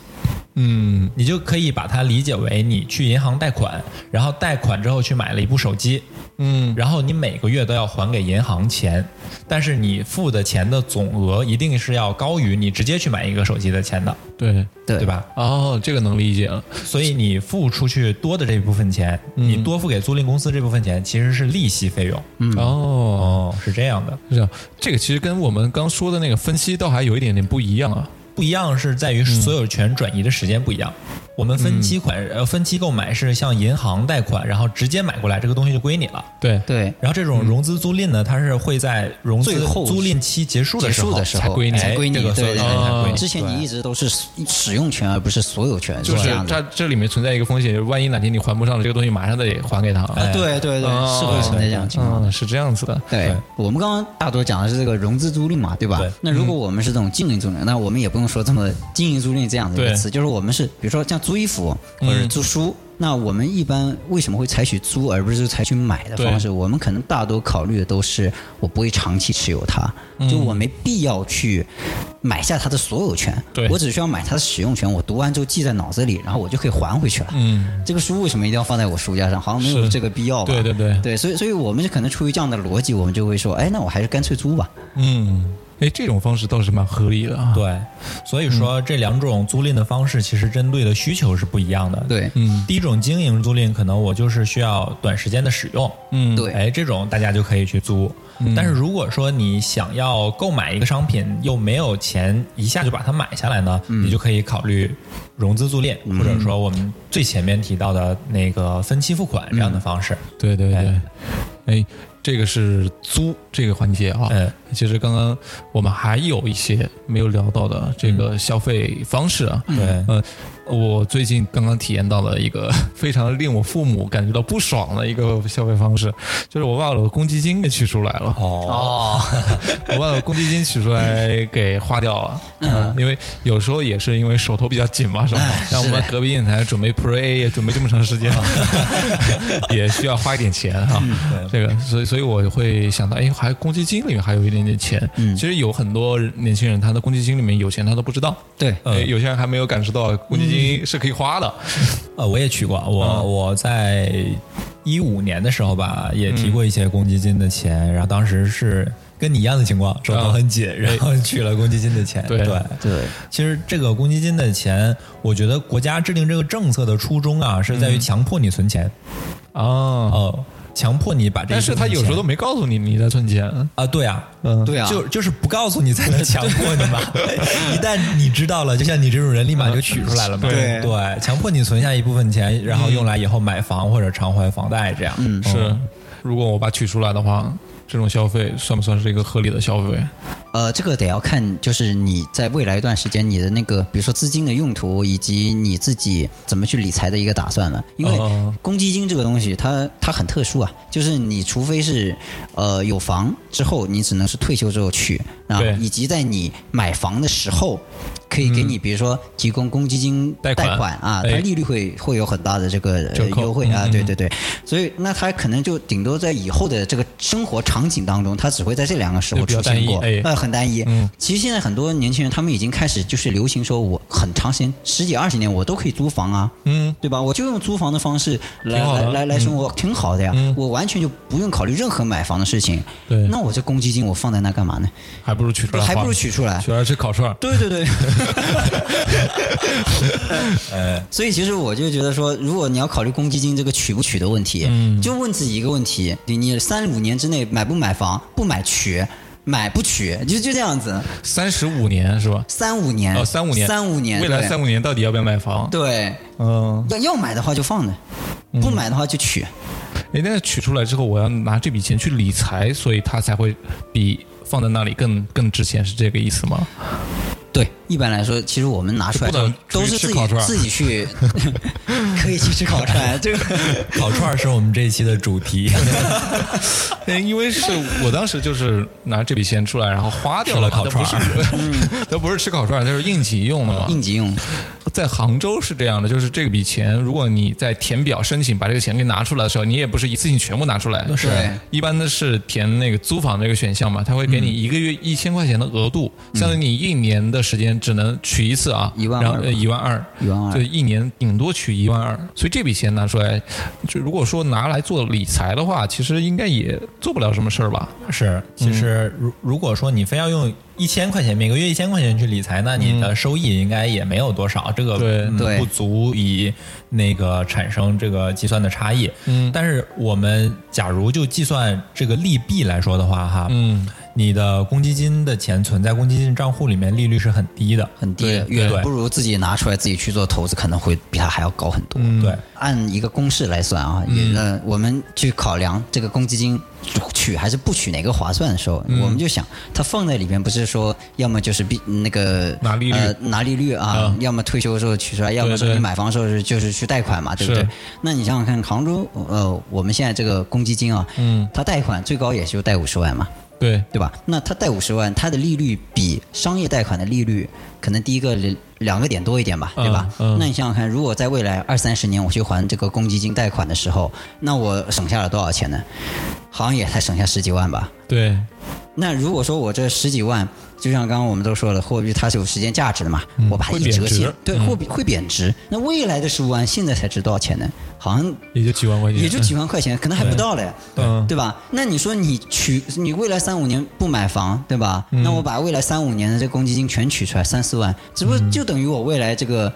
[SPEAKER 2] 嗯，
[SPEAKER 1] 你就可以把它理解为你去银行贷款，然后贷款之后去买了一部手机，
[SPEAKER 2] 嗯，
[SPEAKER 1] 然后你每个月都要还给银行钱，但是你付的钱的总额一定是要高于你直接去买一个手机的钱的，
[SPEAKER 2] 对，
[SPEAKER 3] 对
[SPEAKER 1] 对？吧？
[SPEAKER 2] 哦，这个能理解了，
[SPEAKER 1] 所以你付出去多的这部分钱，
[SPEAKER 3] 嗯
[SPEAKER 1] 你多付给租赁公司这部分钱其实是利息费用。
[SPEAKER 2] 哦，
[SPEAKER 1] 哦，是这样的，
[SPEAKER 2] 是这样，这个其实跟我们刚说的那个分析倒还有一点点不一样啊，
[SPEAKER 1] 不一样是在于
[SPEAKER 3] 嗯
[SPEAKER 1] 所有权转移的时间不一样。我们分期款
[SPEAKER 3] 嗯
[SPEAKER 1] 呃分期购买是向银行贷款，然后直接买过来，这个东西就归你了。
[SPEAKER 2] 对，
[SPEAKER 3] 对，
[SPEAKER 1] 然后这种融资租赁呢，它是会在融资
[SPEAKER 3] 最后
[SPEAKER 1] 租赁期结束的
[SPEAKER 3] 结
[SPEAKER 1] 时候
[SPEAKER 3] 束的时候
[SPEAKER 1] 才归你，
[SPEAKER 3] 才归你
[SPEAKER 1] 哎这个所有
[SPEAKER 3] 对
[SPEAKER 1] 权才归
[SPEAKER 2] 对
[SPEAKER 1] 你。
[SPEAKER 3] 之前你一直都是使使用权而不是所有权，
[SPEAKER 2] 就是
[SPEAKER 3] 这样
[SPEAKER 2] 它
[SPEAKER 3] 的。
[SPEAKER 2] 这里面存在一个风险，就是万一哪天你还不上了，这个东西马上得还给他。
[SPEAKER 3] 啊，对对对，
[SPEAKER 2] 哦
[SPEAKER 3] 是会存在这样的情况的
[SPEAKER 2] 嗯，。是这样子的。
[SPEAKER 3] 对
[SPEAKER 1] 对，
[SPEAKER 3] 我们刚刚大多讲的是这个融资租赁嘛，对吧？
[SPEAKER 1] 对
[SPEAKER 3] 那如果我们是这种经营租赁，那我们也不用说这么经营租赁这样的一
[SPEAKER 2] 嗯对嗯
[SPEAKER 3] 个词，就是我们是比如说像租衣服或者租书。那我们一般为什么会采取租而不是采取买的方式？我们可能大多考虑的都是我不会长期持有它，
[SPEAKER 2] 嗯
[SPEAKER 3] 就我没必要去买下它的所有权，
[SPEAKER 2] 对
[SPEAKER 3] 我只需要买它的使用权。我读完之后记在脑子里，然后我就可以还回去了。
[SPEAKER 2] 嗯，
[SPEAKER 3] 这个书为什么一定要放在我书架上？好像没有
[SPEAKER 2] 是
[SPEAKER 3] 这个必要吧？
[SPEAKER 2] 对对对
[SPEAKER 3] 对，所以所以我们就可能出于这样的逻辑，我们就会说，哎，那我还是干脆租吧。
[SPEAKER 2] 嗯，哎，这种方式倒是蛮合理的啊。，
[SPEAKER 1] 对，所以说
[SPEAKER 3] 嗯
[SPEAKER 1] 这两种租赁的方式其实针对的需求是不一样的。，
[SPEAKER 3] 对，
[SPEAKER 2] 嗯
[SPEAKER 1] 第一种经营租赁，可能我就是需要短时间的使用，
[SPEAKER 2] 嗯，
[SPEAKER 3] 对嗯
[SPEAKER 1] 哎，这种大家就可以去租。但是如果说你想要购买一个商品，又没有钱一下就把它买下来呢，
[SPEAKER 3] 嗯
[SPEAKER 1] 你就可以考虑融资租赁，或者说我们最前面提到的那个分期付款这样的方式。
[SPEAKER 3] 嗯
[SPEAKER 2] 对对对
[SPEAKER 1] 哎，
[SPEAKER 2] 哎，这个是租这个环节啊。
[SPEAKER 1] 嗯，
[SPEAKER 2] 其实刚刚我们还有一些没有聊到的这
[SPEAKER 1] 嗯
[SPEAKER 2] 个消费方式啊。
[SPEAKER 3] 嗯
[SPEAKER 1] 对，
[SPEAKER 2] 呃，我最近刚刚体验到了一个 非常令我父母感觉到不爽的一个消费方式，就是我把我的公积金给取出来了。
[SPEAKER 1] 哦，
[SPEAKER 3] 哦，
[SPEAKER 2] 我把我公积金取出来给花掉了，嗯，因为有时候也是因为手头比较紧嘛，是吧？像我们隔壁电台准备 Pro A 也准备这么长时间了， 也需要花一点钱哈。这个，所以所以我会想到，哎，还公积金里面还有一点点钱。嗯，其实有很多年轻人他的公积金里面有钱，他都不知道。
[SPEAKER 3] 对，
[SPEAKER 2] 呃，有些人还没有感受到公积金是可以花的。
[SPEAKER 1] 呃，我也取过，我、
[SPEAKER 2] 嗯
[SPEAKER 1] 我在一五年的时候吧，也提过一些公积金的钱，
[SPEAKER 2] 嗯
[SPEAKER 1] 然后当时是跟你一样的情况，手头很紧，然后取了公积金的钱。
[SPEAKER 2] 对
[SPEAKER 3] 对，
[SPEAKER 1] 其实这个公积金的钱，我觉得国家制定这个政策的初衷啊，是在
[SPEAKER 2] 嗯
[SPEAKER 1] 于强迫你存钱，
[SPEAKER 2] 啊，
[SPEAKER 1] 哦，强迫你把这一
[SPEAKER 2] 但是
[SPEAKER 1] 部分
[SPEAKER 2] 他有时候都
[SPEAKER 1] 钱
[SPEAKER 2] 没告诉你你在存钱。
[SPEAKER 1] 啊，对啊。
[SPEAKER 2] 嗯，
[SPEAKER 3] 对啊，
[SPEAKER 1] 就就是不告诉你才能强迫 你嘛，一旦你知道了，就像你这种人，立马就取出来了嘛。
[SPEAKER 3] 对
[SPEAKER 1] 对，强迫你存下一部分钱，然后用来以后买房或者偿还房贷这样。嗯
[SPEAKER 2] 是，如果我把取出来的话，这种消费算不算是一个合理的消费？
[SPEAKER 3] 呃，这个得要看，就是你在未来一段时间你的那个，比如说资金的用途，以及你自己怎么去理财的一个打算了。因为
[SPEAKER 2] 哦
[SPEAKER 3] 公积金这个东西，它它很特殊啊，就是你除非是呃有房之后，你只能是退休之后去啊
[SPEAKER 2] 对，
[SPEAKER 3] 以及在你买房的时候，可以给你比如说提供公积金
[SPEAKER 2] 嗯贷款
[SPEAKER 3] 啊，
[SPEAKER 2] 哎
[SPEAKER 3] 它利率会会有很大的这个呃
[SPEAKER 2] 折扣嗯
[SPEAKER 3] 优惠啊，对对对，所以那它可能就顶多在以后的这个生活场景当中，它只会在这两个时候出
[SPEAKER 2] 就比较单
[SPEAKER 3] 现
[SPEAKER 2] 一
[SPEAKER 3] 过，
[SPEAKER 2] 哎
[SPEAKER 3] 呃，很单一。
[SPEAKER 2] 嗯
[SPEAKER 3] 其实现在很多年轻人他们已经开始就是流行说，我很长时间十几二十年我都可以租房啊，
[SPEAKER 2] 嗯，
[SPEAKER 3] 对吧？我就用租房的方式来
[SPEAKER 2] 挺好的
[SPEAKER 3] 来来来生活，挺好的呀
[SPEAKER 2] 嗯，
[SPEAKER 3] 我完全就不用考虑任何买房的事情。
[SPEAKER 2] 对
[SPEAKER 3] 那我这公积金我放在那干嘛呢？
[SPEAKER 2] 还不如取出来花，
[SPEAKER 3] 还不如取出来。
[SPEAKER 2] 取出来吃烤串儿。
[SPEAKER 3] 对对 对。呃所以其实我就觉得说，如果你要考虑公积金这个取不取的问题，
[SPEAKER 2] 嗯
[SPEAKER 3] 就问自己一个问题：你你三五年之内买不买房？不买取，买不取，就就这样子，
[SPEAKER 2] 三十五年是吧？
[SPEAKER 3] 三五年，
[SPEAKER 2] 哦，三五年，
[SPEAKER 3] 三五年，
[SPEAKER 2] 未来三
[SPEAKER 3] 五
[SPEAKER 2] 五年到底要不要买房？
[SPEAKER 3] 对，
[SPEAKER 2] 嗯，
[SPEAKER 3] 要要买的话就放着，不买的话就取。
[SPEAKER 2] 哎，那取出来之后，我要拿这笔钱去理财，所以它才会比放在那里更更值钱，是这个意思吗？
[SPEAKER 3] 对，一般来说，其实我们拿出来
[SPEAKER 2] 不能
[SPEAKER 3] 都
[SPEAKER 2] 出
[SPEAKER 3] 是
[SPEAKER 2] 去吃
[SPEAKER 3] 自己
[SPEAKER 2] 烤串儿
[SPEAKER 3] 自己 去，可以去吃烤串，这个
[SPEAKER 1] 烤串儿是我们这一期的主题，
[SPEAKER 2] 哎 因为是我当时就是拿这笔钱出来，然后花掉了
[SPEAKER 1] 吃
[SPEAKER 2] 嘛，
[SPEAKER 1] 了烤串
[SPEAKER 2] 它不 是，它不是吃烤串儿，它是应急用的嘛。
[SPEAKER 3] 应 急用。
[SPEAKER 2] 在杭州是这样的，就是这笔钱，如果你在填表申请把这个钱给拿出来的时候，你也不是一次性全部拿出来，
[SPEAKER 3] 是对
[SPEAKER 2] 一般的是填那个租房这个选项嘛，他会给你一个月一千块钱的额度，相当于你一年的时间只能取一次啊，
[SPEAKER 3] 一万二
[SPEAKER 2] 然后呃一万二，
[SPEAKER 3] 一万二
[SPEAKER 2] 就一年顶多取一万二，所以这笔钱拿出来，就如果说拿来做理财的话，其实应该也做不了什么事儿吧？
[SPEAKER 1] 是，其实
[SPEAKER 2] 嗯
[SPEAKER 1] 如如果说你非要用一千块钱，每个月一千块钱去理财，那你的收益应该也没有多少，这个
[SPEAKER 2] 嗯对
[SPEAKER 1] 嗯
[SPEAKER 3] 对
[SPEAKER 1] 不足以那个产生这个计算的差异。嗯，但是我们假如就计算这个利弊来说的话，哈，
[SPEAKER 2] 嗯，
[SPEAKER 1] 你的公积金的钱存在公积金账户里面，利率是很低的，
[SPEAKER 3] 很低的，
[SPEAKER 2] 对
[SPEAKER 3] 远
[SPEAKER 1] 对
[SPEAKER 3] 不如自己拿出来自己去做投资，可能会比它还要高很多。
[SPEAKER 2] 嗯
[SPEAKER 1] 对。
[SPEAKER 3] 按一个公式来算啊，也呃，我们去考量这个公积金取还是不取哪个划算的时候，我
[SPEAKER 2] 嗯
[SPEAKER 3] 们就想它放在里边，不是说要么就是比那个
[SPEAKER 2] 拿利率嗯
[SPEAKER 3] 呃拿利率啊，要么退休的时候取出来，要么说
[SPEAKER 2] 对
[SPEAKER 3] 你买房的时候是就是去贷款嘛，对不对
[SPEAKER 2] 是？
[SPEAKER 3] 那你想想看，杭州呃，我们现在这个公积金啊，嗯，它贷款最高也就贷五十万嘛，
[SPEAKER 2] 对，
[SPEAKER 3] 对吧？那他贷五十万，他的利率比商业贷款的利率可能第一个两两个点多一点吧，对吧？
[SPEAKER 2] 嗯嗯
[SPEAKER 3] 那你想想看，如果在未来二三十年我去还这个公积金贷款的时候，那我省下了多少钱呢？好像也才省下十几万吧。
[SPEAKER 2] 对，
[SPEAKER 3] 那如果说我这十几万，就像刚刚我们都说了，货币它是有时间价值的嘛，我把它
[SPEAKER 2] 嗯会
[SPEAKER 3] 一
[SPEAKER 2] 贬
[SPEAKER 3] 折现
[SPEAKER 2] 值，嗯
[SPEAKER 3] 对，货币会贬值。那未来的十五万现在才值多少钱呢？好像
[SPEAKER 2] 也就几万块钱，
[SPEAKER 3] 也就几万块钱，可能还不到嘞，
[SPEAKER 2] 嗯
[SPEAKER 3] 对吧？那你说你取你未来三五年不买房，对吧？那我把未来三五年的这公积金全取出来三四万，这不就等于我未来这个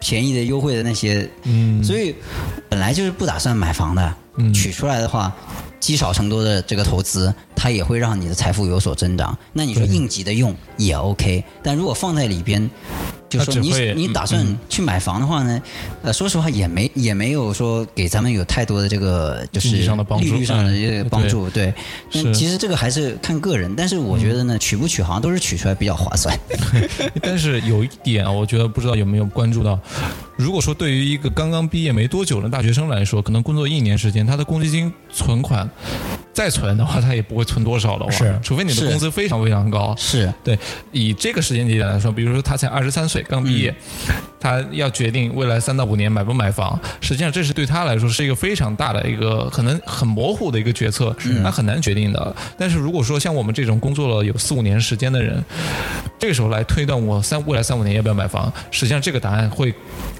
[SPEAKER 3] 便宜的优惠的那些？嗯，所以本来就是不打算买房的，取出来的话。积少成多的这个投资，它也会让你的财富有所增长。那你说应急的用也 OK，但如果放在里边，就
[SPEAKER 2] 它
[SPEAKER 3] 说
[SPEAKER 2] 只
[SPEAKER 3] 你
[SPEAKER 2] 会
[SPEAKER 3] 你打算去买房的话呢，呃，说实话也没也没有说给咱们有太多的这个就是
[SPEAKER 2] 经济上的帮助
[SPEAKER 3] 利率上的
[SPEAKER 2] 嗯
[SPEAKER 3] 这个帮助，对。但
[SPEAKER 2] 是嗯
[SPEAKER 3] 其实这个还是看个人，但是我觉得呢，取不取好像都是取出来比较划 算。
[SPEAKER 2] 但是有一点啊，我觉得不知道有没有关注到，如果说对于一个刚刚毕业没多久的大学生来说，可能工作一年时间，他的公积金存款再存的话，他也不会存多少的话，
[SPEAKER 1] 是
[SPEAKER 2] 除非你的
[SPEAKER 3] 是
[SPEAKER 2] 工资非常非常高。
[SPEAKER 3] 是，
[SPEAKER 2] 对，以这个时间节点来说，比如说他才二十三岁，刚毕业，他要决定未来三到五年买不买房，实际上这是对他来说是一个非常大的一个可能很模糊的一个决策，他很难决定的。但是如果说像我们这种工作了有四五年时间的人，这个时候来推断我三未来三五年要不要买房，实际上这个答案会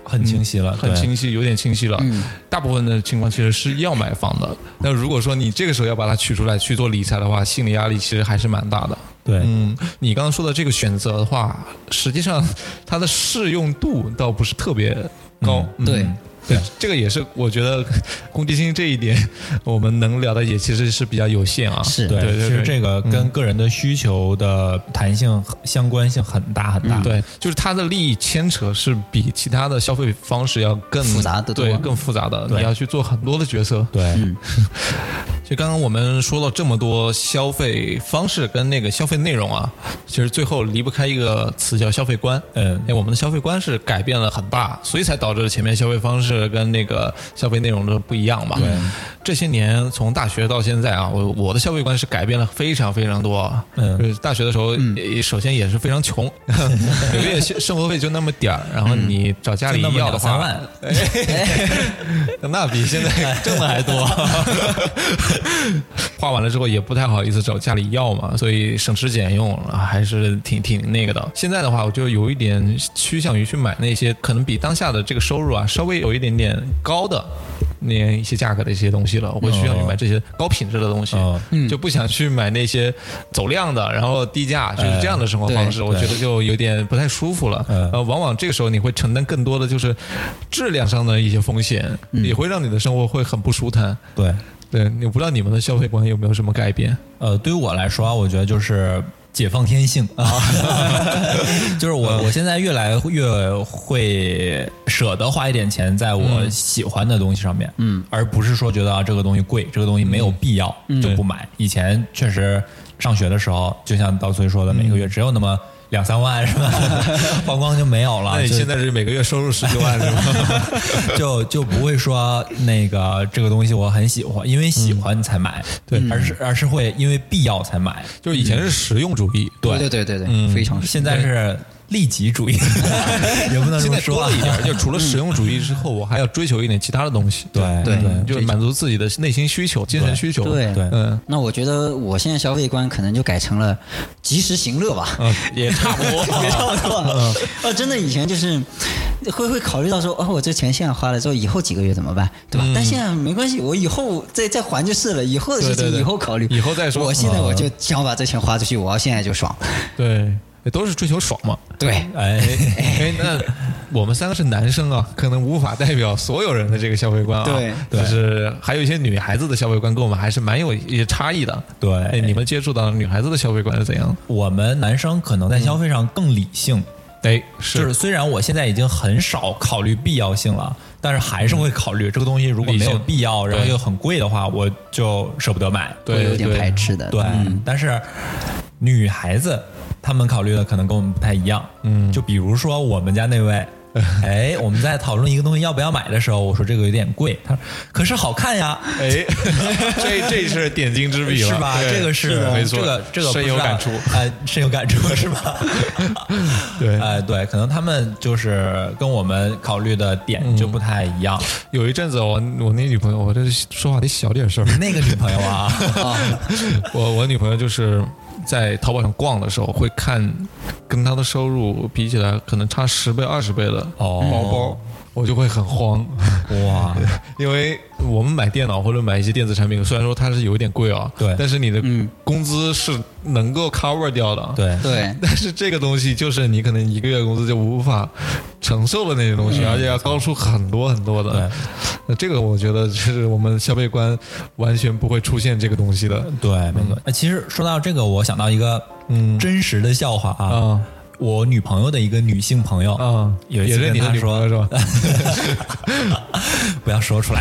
[SPEAKER 1] 很清晰了，
[SPEAKER 2] 很
[SPEAKER 1] 对
[SPEAKER 2] 清晰，有点清晰了。
[SPEAKER 3] 嗯
[SPEAKER 2] 大部分的情况其实是要买房的。那如果说你这个时候要把它取出来去做理财的话，心理压力其实还是蛮大的。
[SPEAKER 3] 哎
[SPEAKER 1] 对，
[SPEAKER 2] 嗯，你刚刚说的这个选择的话，实际上它的适用度倒不是特别高。嗯
[SPEAKER 3] 对，
[SPEAKER 2] 对，这个也是我觉得公积金这一点，我们能聊的也其实是比较有限啊。
[SPEAKER 3] 是
[SPEAKER 2] 对
[SPEAKER 1] 对，
[SPEAKER 2] 对嗯
[SPEAKER 1] 其实这个跟个人的需求的弹性很相关性很大很大。，
[SPEAKER 2] 嗯对，就是它的利益牵扯是比其他的消费方式要更
[SPEAKER 3] 复杂得多
[SPEAKER 2] 对，更复杂的，
[SPEAKER 1] 对
[SPEAKER 2] 嗯
[SPEAKER 3] 嗯
[SPEAKER 2] 你要去做很多的决策。
[SPEAKER 1] 对，
[SPEAKER 2] 就刚刚我们说了这么多消费方式跟那个消费内容啊，其实最后离不开一个词叫消费观。
[SPEAKER 1] 嗯
[SPEAKER 2] 哎，我们的消费观是改变了很大，所以才导致前面消费方式跟那个消费内容的不一样嘛。对，这些年从大学到现在啊，我我的消费观是改变了非常非常多。啊
[SPEAKER 1] 嗯
[SPEAKER 2] 就是大学的时候，也首先也是非常穷， 每个月生生活费就那么点儿，然后你找家里
[SPEAKER 1] 嗯就那么
[SPEAKER 2] 要的
[SPEAKER 1] 两三
[SPEAKER 2] 话，
[SPEAKER 1] 万，
[SPEAKER 2] 那比现在挣的还多。 花完了之后也不太好意思找家里要嘛，所以省吃俭用啊还是挺挺那个的。现在的话，我就有一点趋向于去买那些可能比当下的这个收入啊稍微有一点点高的。那一些价格的一些东西了，我会趋向于买这些高品质的东西，
[SPEAKER 1] 哦
[SPEAKER 2] 就不想去买那些走量的，然后低价，就是这样的生活方式，
[SPEAKER 3] 对
[SPEAKER 2] 我觉得就有点不太舒服了。
[SPEAKER 1] 嗯
[SPEAKER 2] 呃，往往这个时候你会承担更多的就是质量上的一些风险，也会让你的生活会很不舒坦。
[SPEAKER 1] 对。
[SPEAKER 2] 对，我不知道你们的消费观有没有什么改变？
[SPEAKER 1] 呃，对于我来说啊，我觉得就是解放天 性 啊，就是我
[SPEAKER 2] 嗯
[SPEAKER 1] 我现在越来越会舍得花一点钱在
[SPEAKER 2] 嗯
[SPEAKER 1] 我喜欢的东西上面，嗯，而不是说觉得啊这个东西贵，这个东西没有
[SPEAKER 2] 嗯
[SPEAKER 1] 必要、就不买。以前确实上学的时候，就像刀崔说的，
[SPEAKER 2] 嗯
[SPEAKER 1] 每个月只有那么两三万是吧？ 花光就没有了。
[SPEAKER 2] 那你
[SPEAKER 1] 啊就
[SPEAKER 2] 哎现在是每个月收入十几万是吧？
[SPEAKER 1] 就就不会说那个这个东西我很喜欢，因为喜
[SPEAKER 2] 嗯
[SPEAKER 1] 欢才买，对，而是而是会因为必要才买。
[SPEAKER 2] 就是以前是实用主义，
[SPEAKER 3] 对对对对对，
[SPEAKER 2] 嗯
[SPEAKER 3] 非常
[SPEAKER 1] 现在是利己主义， 也不能这
[SPEAKER 2] 现
[SPEAKER 1] 么
[SPEAKER 2] 在多
[SPEAKER 1] 说啊
[SPEAKER 2] 了一点，就除了实用主义之后，我还要追求一点其他的东西。
[SPEAKER 1] 对对
[SPEAKER 2] 嗯就是满足自己的内心需求、精神需求。
[SPEAKER 3] 对
[SPEAKER 1] 对
[SPEAKER 2] 嗯，
[SPEAKER 3] 那我觉得我现在消费观可能就改成了及时行乐吧，
[SPEAKER 2] 也差 不多。
[SPEAKER 3] 别这么做了。呃，真的以前就是会会考虑到说，哦，我这钱现在花了之后，以后几个月怎么办，对吧？
[SPEAKER 2] 嗯
[SPEAKER 3] 但现在没关系，我以后再再还就是了，以后的事
[SPEAKER 2] 对对
[SPEAKER 3] 情
[SPEAKER 2] 对
[SPEAKER 3] 以后考虑，
[SPEAKER 2] 以后再说
[SPEAKER 3] 我现在我就想把这钱花出去，我要现在就爽。
[SPEAKER 2] 对，也都是追求爽嘛。
[SPEAKER 3] 对，
[SPEAKER 1] 哎，
[SPEAKER 2] 哎，那我们三个是男生啊，可能无法代表所有人的这个消费观啊。
[SPEAKER 3] 对
[SPEAKER 1] 对
[SPEAKER 2] 就是还有一些女孩子的消费观跟我们还是蛮有一些差异的。
[SPEAKER 1] 对
[SPEAKER 2] 哎你们接触到女孩子的消费观是怎样？
[SPEAKER 1] 我们男生可能在消费上更理性，
[SPEAKER 2] 哎，
[SPEAKER 1] 就是虽然我现在已经很少考虑必要性了，但是还是会考虑这个东西如果没
[SPEAKER 2] 理
[SPEAKER 1] 有
[SPEAKER 2] 性
[SPEAKER 1] 必要，然后
[SPEAKER 2] 对
[SPEAKER 1] 又很贵的话，我就舍不得买。
[SPEAKER 2] 对
[SPEAKER 3] 会有点
[SPEAKER 2] 对
[SPEAKER 3] 排斥的。
[SPEAKER 1] 对，但是女孩子她们考虑的可能跟我们不太一样。嗯，就比如说我们家那位。哎，我们在讨论一个东西要不要买的时候，我说这个有点贵，她说可是好看呀，
[SPEAKER 2] 哎，这这是点睛之笔了，
[SPEAKER 1] 是吧？
[SPEAKER 2] 对
[SPEAKER 1] 这个是
[SPEAKER 2] 没错，
[SPEAKER 1] 这个这个不
[SPEAKER 2] 深有
[SPEAKER 1] 知道
[SPEAKER 2] 感触。
[SPEAKER 1] 哎，深有感触 是吧？
[SPEAKER 2] 对
[SPEAKER 1] 哎，对，可能他们就是跟我们考虑的点
[SPEAKER 2] 嗯
[SPEAKER 1] 就不太一样。
[SPEAKER 2] 有一阵子我我那女朋友，我这说话得小点声儿。
[SPEAKER 1] 那个女朋友啊，
[SPEAKER 2] 我我女朋友就是在淘宝上逛的时候，会看跟她的收入比起来，可能差十倍二十倍的
[SPEAKER 1] 哦
[SPEAKER 2] 包包，我就会很慌。
[SPEAKER 1] 哇，
[SPEAKER 2] 因为我们买电脑或者买一些电子产品，虽然说它是有一点贵啊，
[SPEAKER 1] 对嗯
[SPEAKER 2] 但是你的工资是能够 cover 掉的，。
[SPEAKER 1] 对
[SPEAKER 3] 对，
[SPEAKER 2] 但是这个东西就是你可能一个月工资就无法承受的那些东西，而且要高出很多很多的
[SPEAKER 1] 嗯对。
[SPEAKER 2] 那这个我觉得是我们消费观完全不会出现这个东西的。
[SPEAKER 1] 对，没错。那其实说到这个，我想到一个
[SPEAKER 2] 嗯
[SPEAKER 1] 真实的笑话啊，
[SPEAKER 2] 啊
[SPEAKER 1] 我女朋友的一个女性朋友
[SPEAKER 2] 啊，
[SPEAKER 1] 有一
[SPEAKER 2] 也
[SPEAKER 1] 次
[SPEAKER 2] 是
[SPEAKER 1] 跟
[SPEAKER 2] 你的
[SPEAKER 1] 她
[SPEAKER 2] 女
[SPEAKER 1] 说
[SPEAKER 2] 朋友是吧？
[SPEAKER 1] 不要说出来。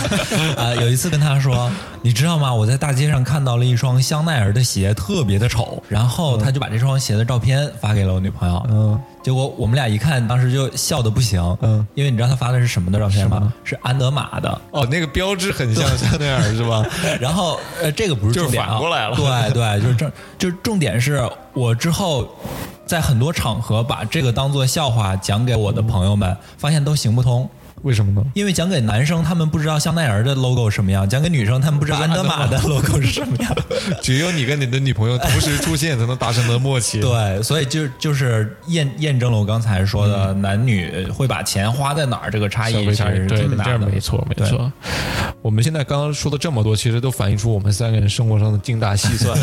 [SPEAKER 1] 啊、有一次跟他说，你知道吗？我在大街上看到了一双香奈儿的鞋，特别的丑。然后他就把这双鞋的照片发给了我女朋友。
[SPEAKER 2] 嗯，
[SPEAKER 1] 结果我们俩一看，当时就笑的不行。
[SPEAKER 2] 嗯，
[SPEAKER 1] 因为你知道他发的是什么的照片
[SPEAKER 2] 什
[SPEAKER 1] 吗
[SPEAKER 2] 么？
[SPEAKER 1] 是安德玛的。
[SPEAKER 2] 哦，那个标志很像香奈儿是吧？
[SPEAKER 1] 然后呃，这个不是
[SPEAKER 2] 就是
[SPEAKER 1] 重点啊，
[SPEAKER 2] 反过来了
[SPEAKER 1] 对对，就是正就是重点是我之后。在很多场合把这个当做笑话讲给我的朋友们，发现都行不通。
[SPEAKER 2] 为什么呢？
[SPEAKER 1] 因为讲给男生，他们不知道香奈儿的 logo 什么样；讲给女生，他们不知道安德玛的 logo 是什么 样。
[SPEAKER 2] 只有你跟你的女朋友同时出现，才能达成的默契。
[SPEAKER 1] 对，所以就就是验验证了我刚才说的，男女会把钱花在哪儿这个差
[SPEAKER 2] 消
[SPEAKER 1] 异
[SPEAKER 2] 费
[SPEAKER 1] 其
[SPEAKER 2] 嗯差异
[SPEAKER 1] 实
[SPEAKER 2] 对，
[SPEAKER 1] 挺
[SPEAKER 2] 这
[SPEAKER 1] 大
[SPEAKER 2] 样
[SPEAKER 1] 的。
[SPEAKER 2] 没错没
[SPEAKER 1] 对
[SPEAKER 2] 错。我们现在刚刚说的这么多，其实都反映出我们三个人生活上的精打细算。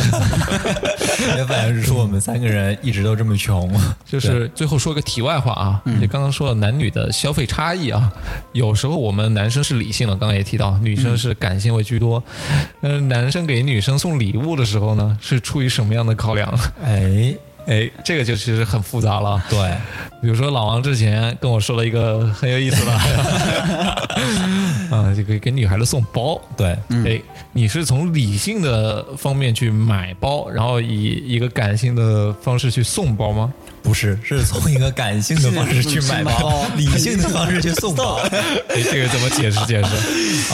[SPEAKER 1] 也反映出我们三个人一直都这么穷。
[SPEAKER 2] 就是最后说个题外话啊，你刚刚说了男女的消费差异啊，有时候我们男生是理性的，刚刚也提到，女生是感性为居多。呃嗯，男生给女生送礼物的时候呢，是出于什么样的考量？
[SPEAKER 1] 哎，
[SPEAKER 2] 哎，这个就其实很复杂了。
[SPEAKER 1] 对，
[SPEAKER 2] 比如说老王之前跟我说了一个很有意思的， 啊，这个给女孩子送包，
[SPEAKER 1] 对，
[SPEAKER 2] 哎，你是从理性的方面去买包，然后以一个感性的方式去送包吗？
[SPEAKER 1] 不是，是从一个感性的方式去买包， 理性的方式去送包。
[SPEAKER 2] 哎，这个怎么解释解 释？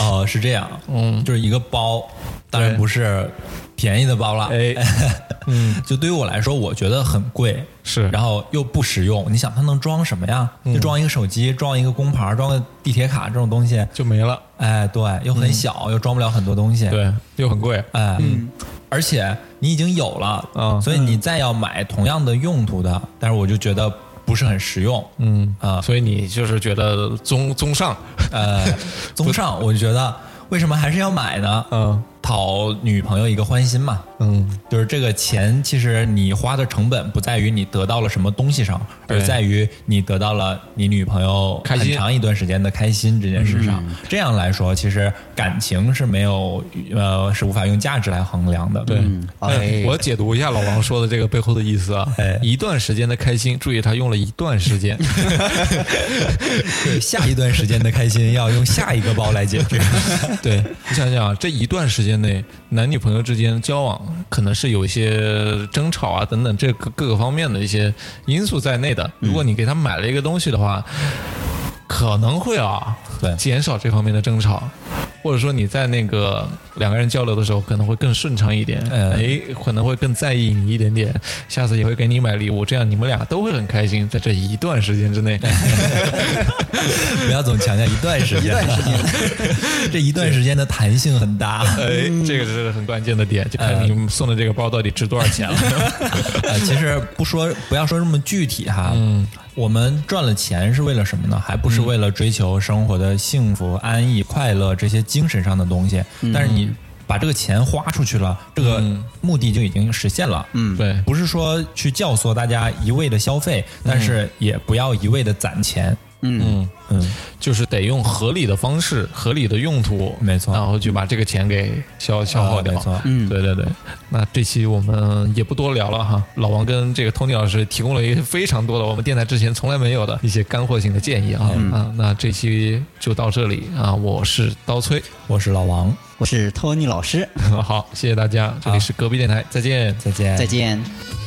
[SPEAKER 1] 哦，是这样，嗯，就是一个包，当然
[SPEAKER 2] 对
[SPEAKER 1] 不是便宜的包了，
[SPEAKER 2] 哎， 嗯，
[SPEAKER 1] 就对于我来说，我觉得很贵，
[SPEAKER 2] 是
[SPEAKER 1] 然后又不实用。你想它能装什么呀？就装一个手机，装一个工牌，装个地铁卡这种东西，
[SPEAKER 2] 就没了。
[SPEAKER 1] 哎，对，又很小，又装不了很多东西，，
[SPEAKER 2] 对，又很贵。
[SPEAKER 1] 哎，而且你已经有了，
[SPEAKER 2] 嗯
[SPEAKER 1] 所以你再要买同样的用途的，但是我就觉得不是很实用，
[SPEAKER 2] 嗯
[SPEAKER 1] 啊
[SPEAKER 2] 所以你就是觉得综综上，
[SPEAKER 1] 呃，综上，我就觉得为什么还是要买呢？
[SPEAKER 2] 嗯
[SPEAKER 1] 讨女朋友一个欢心嘛，
[SPEAKER 2] 嗯，
[SPEAKER 1] 就是这个钱，其实你花的成本不在于你得到了什么东西上，
[SPEAKER 2] 对
[SPEAKER 1] 而在于你得到了你女朋友
[SPEAKER 2] 开
[SPEAKER 1] 很
[SPEAKER 2] 心
[SPEAKER 1] 长一段时间的开心这件事上。这样来说，其实感情是没有呃是无法用价值来衡量的。
[SPEAKER 2] 对。
[SPEAKER 3] 嗯哎
[SPEAKER 2] 那我解读一下老王说的这个背后的意思啊
[SPEAKER 1] 哎，
[SPEAKER 2] 一段时间的开心，注意他用了一段时间，
[SPEAKER 1] 对，下一段时间的开心要用下一个包来解决。
[SPEAKER 2] 对你想想啊，这一段时间内，男女朋友之间交往可能是有一些争吵啊等等这各各个方面的一些因素在内的。
[SPEAKER 1] 嗯
[SPEAKER 2] 如果你给他买了一个东西的话，可能会啊，
[SPEAKER 1] 对
[SPEAKER 2] 减少这方面的争吵，或者说你在那个两个人交流的时候可能会更顺畅一点，
[SPEAKER 1] 嗯
[SPEAKER 2] 哎，可能会更在意你一点点，下次也会给你买礼物，这样你们俩都会很开心，在这一段时间 之内。
[SPEAKER 1] 嗯不要总强调一段时间，一段时间， 这一段时间的弹性很大。
[SPEAKER 2] 哎，这个是很关键的点，就看
[SPEAKER 1] 嗯
[SPEAKER 2] 你们送的这个包到底值多少钱了。
[SPEAKER 1] 呃，其实不说，不要说这么具体哈。嗯，我们赚了钱是为了什么呢？还不是为了追求生活的幸福、安逸、快乐这些精神上的东西。
[SPEAKER 2] 嗯
[SPEAKER 1] 但是你把这个钱花出去了，这个目的就已经实现了。嗯
[SPEAKER 2] 对
[SPEAKER 1] 不是说去教唆大家一味的消费，但是也不要一味的攒钱。
[SPEAKER 2] 嗯，
[SPEAKER 1] 嗯，
[SPEAKER 2] 就是得用合理的方式、合理的用途，
[SPEAKER 1] 没错呃
[SPEAKER 2] 然后就把这个钱给消消耗掉。
[SPEAKER 1] 没错
[SPEAKER 2] 嗯，对对对。那这期我们也不多聊了哈，老王跟这个 Tony 老师提供了一个非常多的我们电台之前从来没有的一些干货型的建议啊、啊。那这期就到这里啊，我是刀崔，
[SPEAKER 1] 我是老王，
[SPEAKER 3] 我是托尼老师，
[SPEAKER 2] 好，谢谢大家，这里是隔壁电台，再见。
[SPEAKER 1] 再见，
[SPEAKER 3] 再见。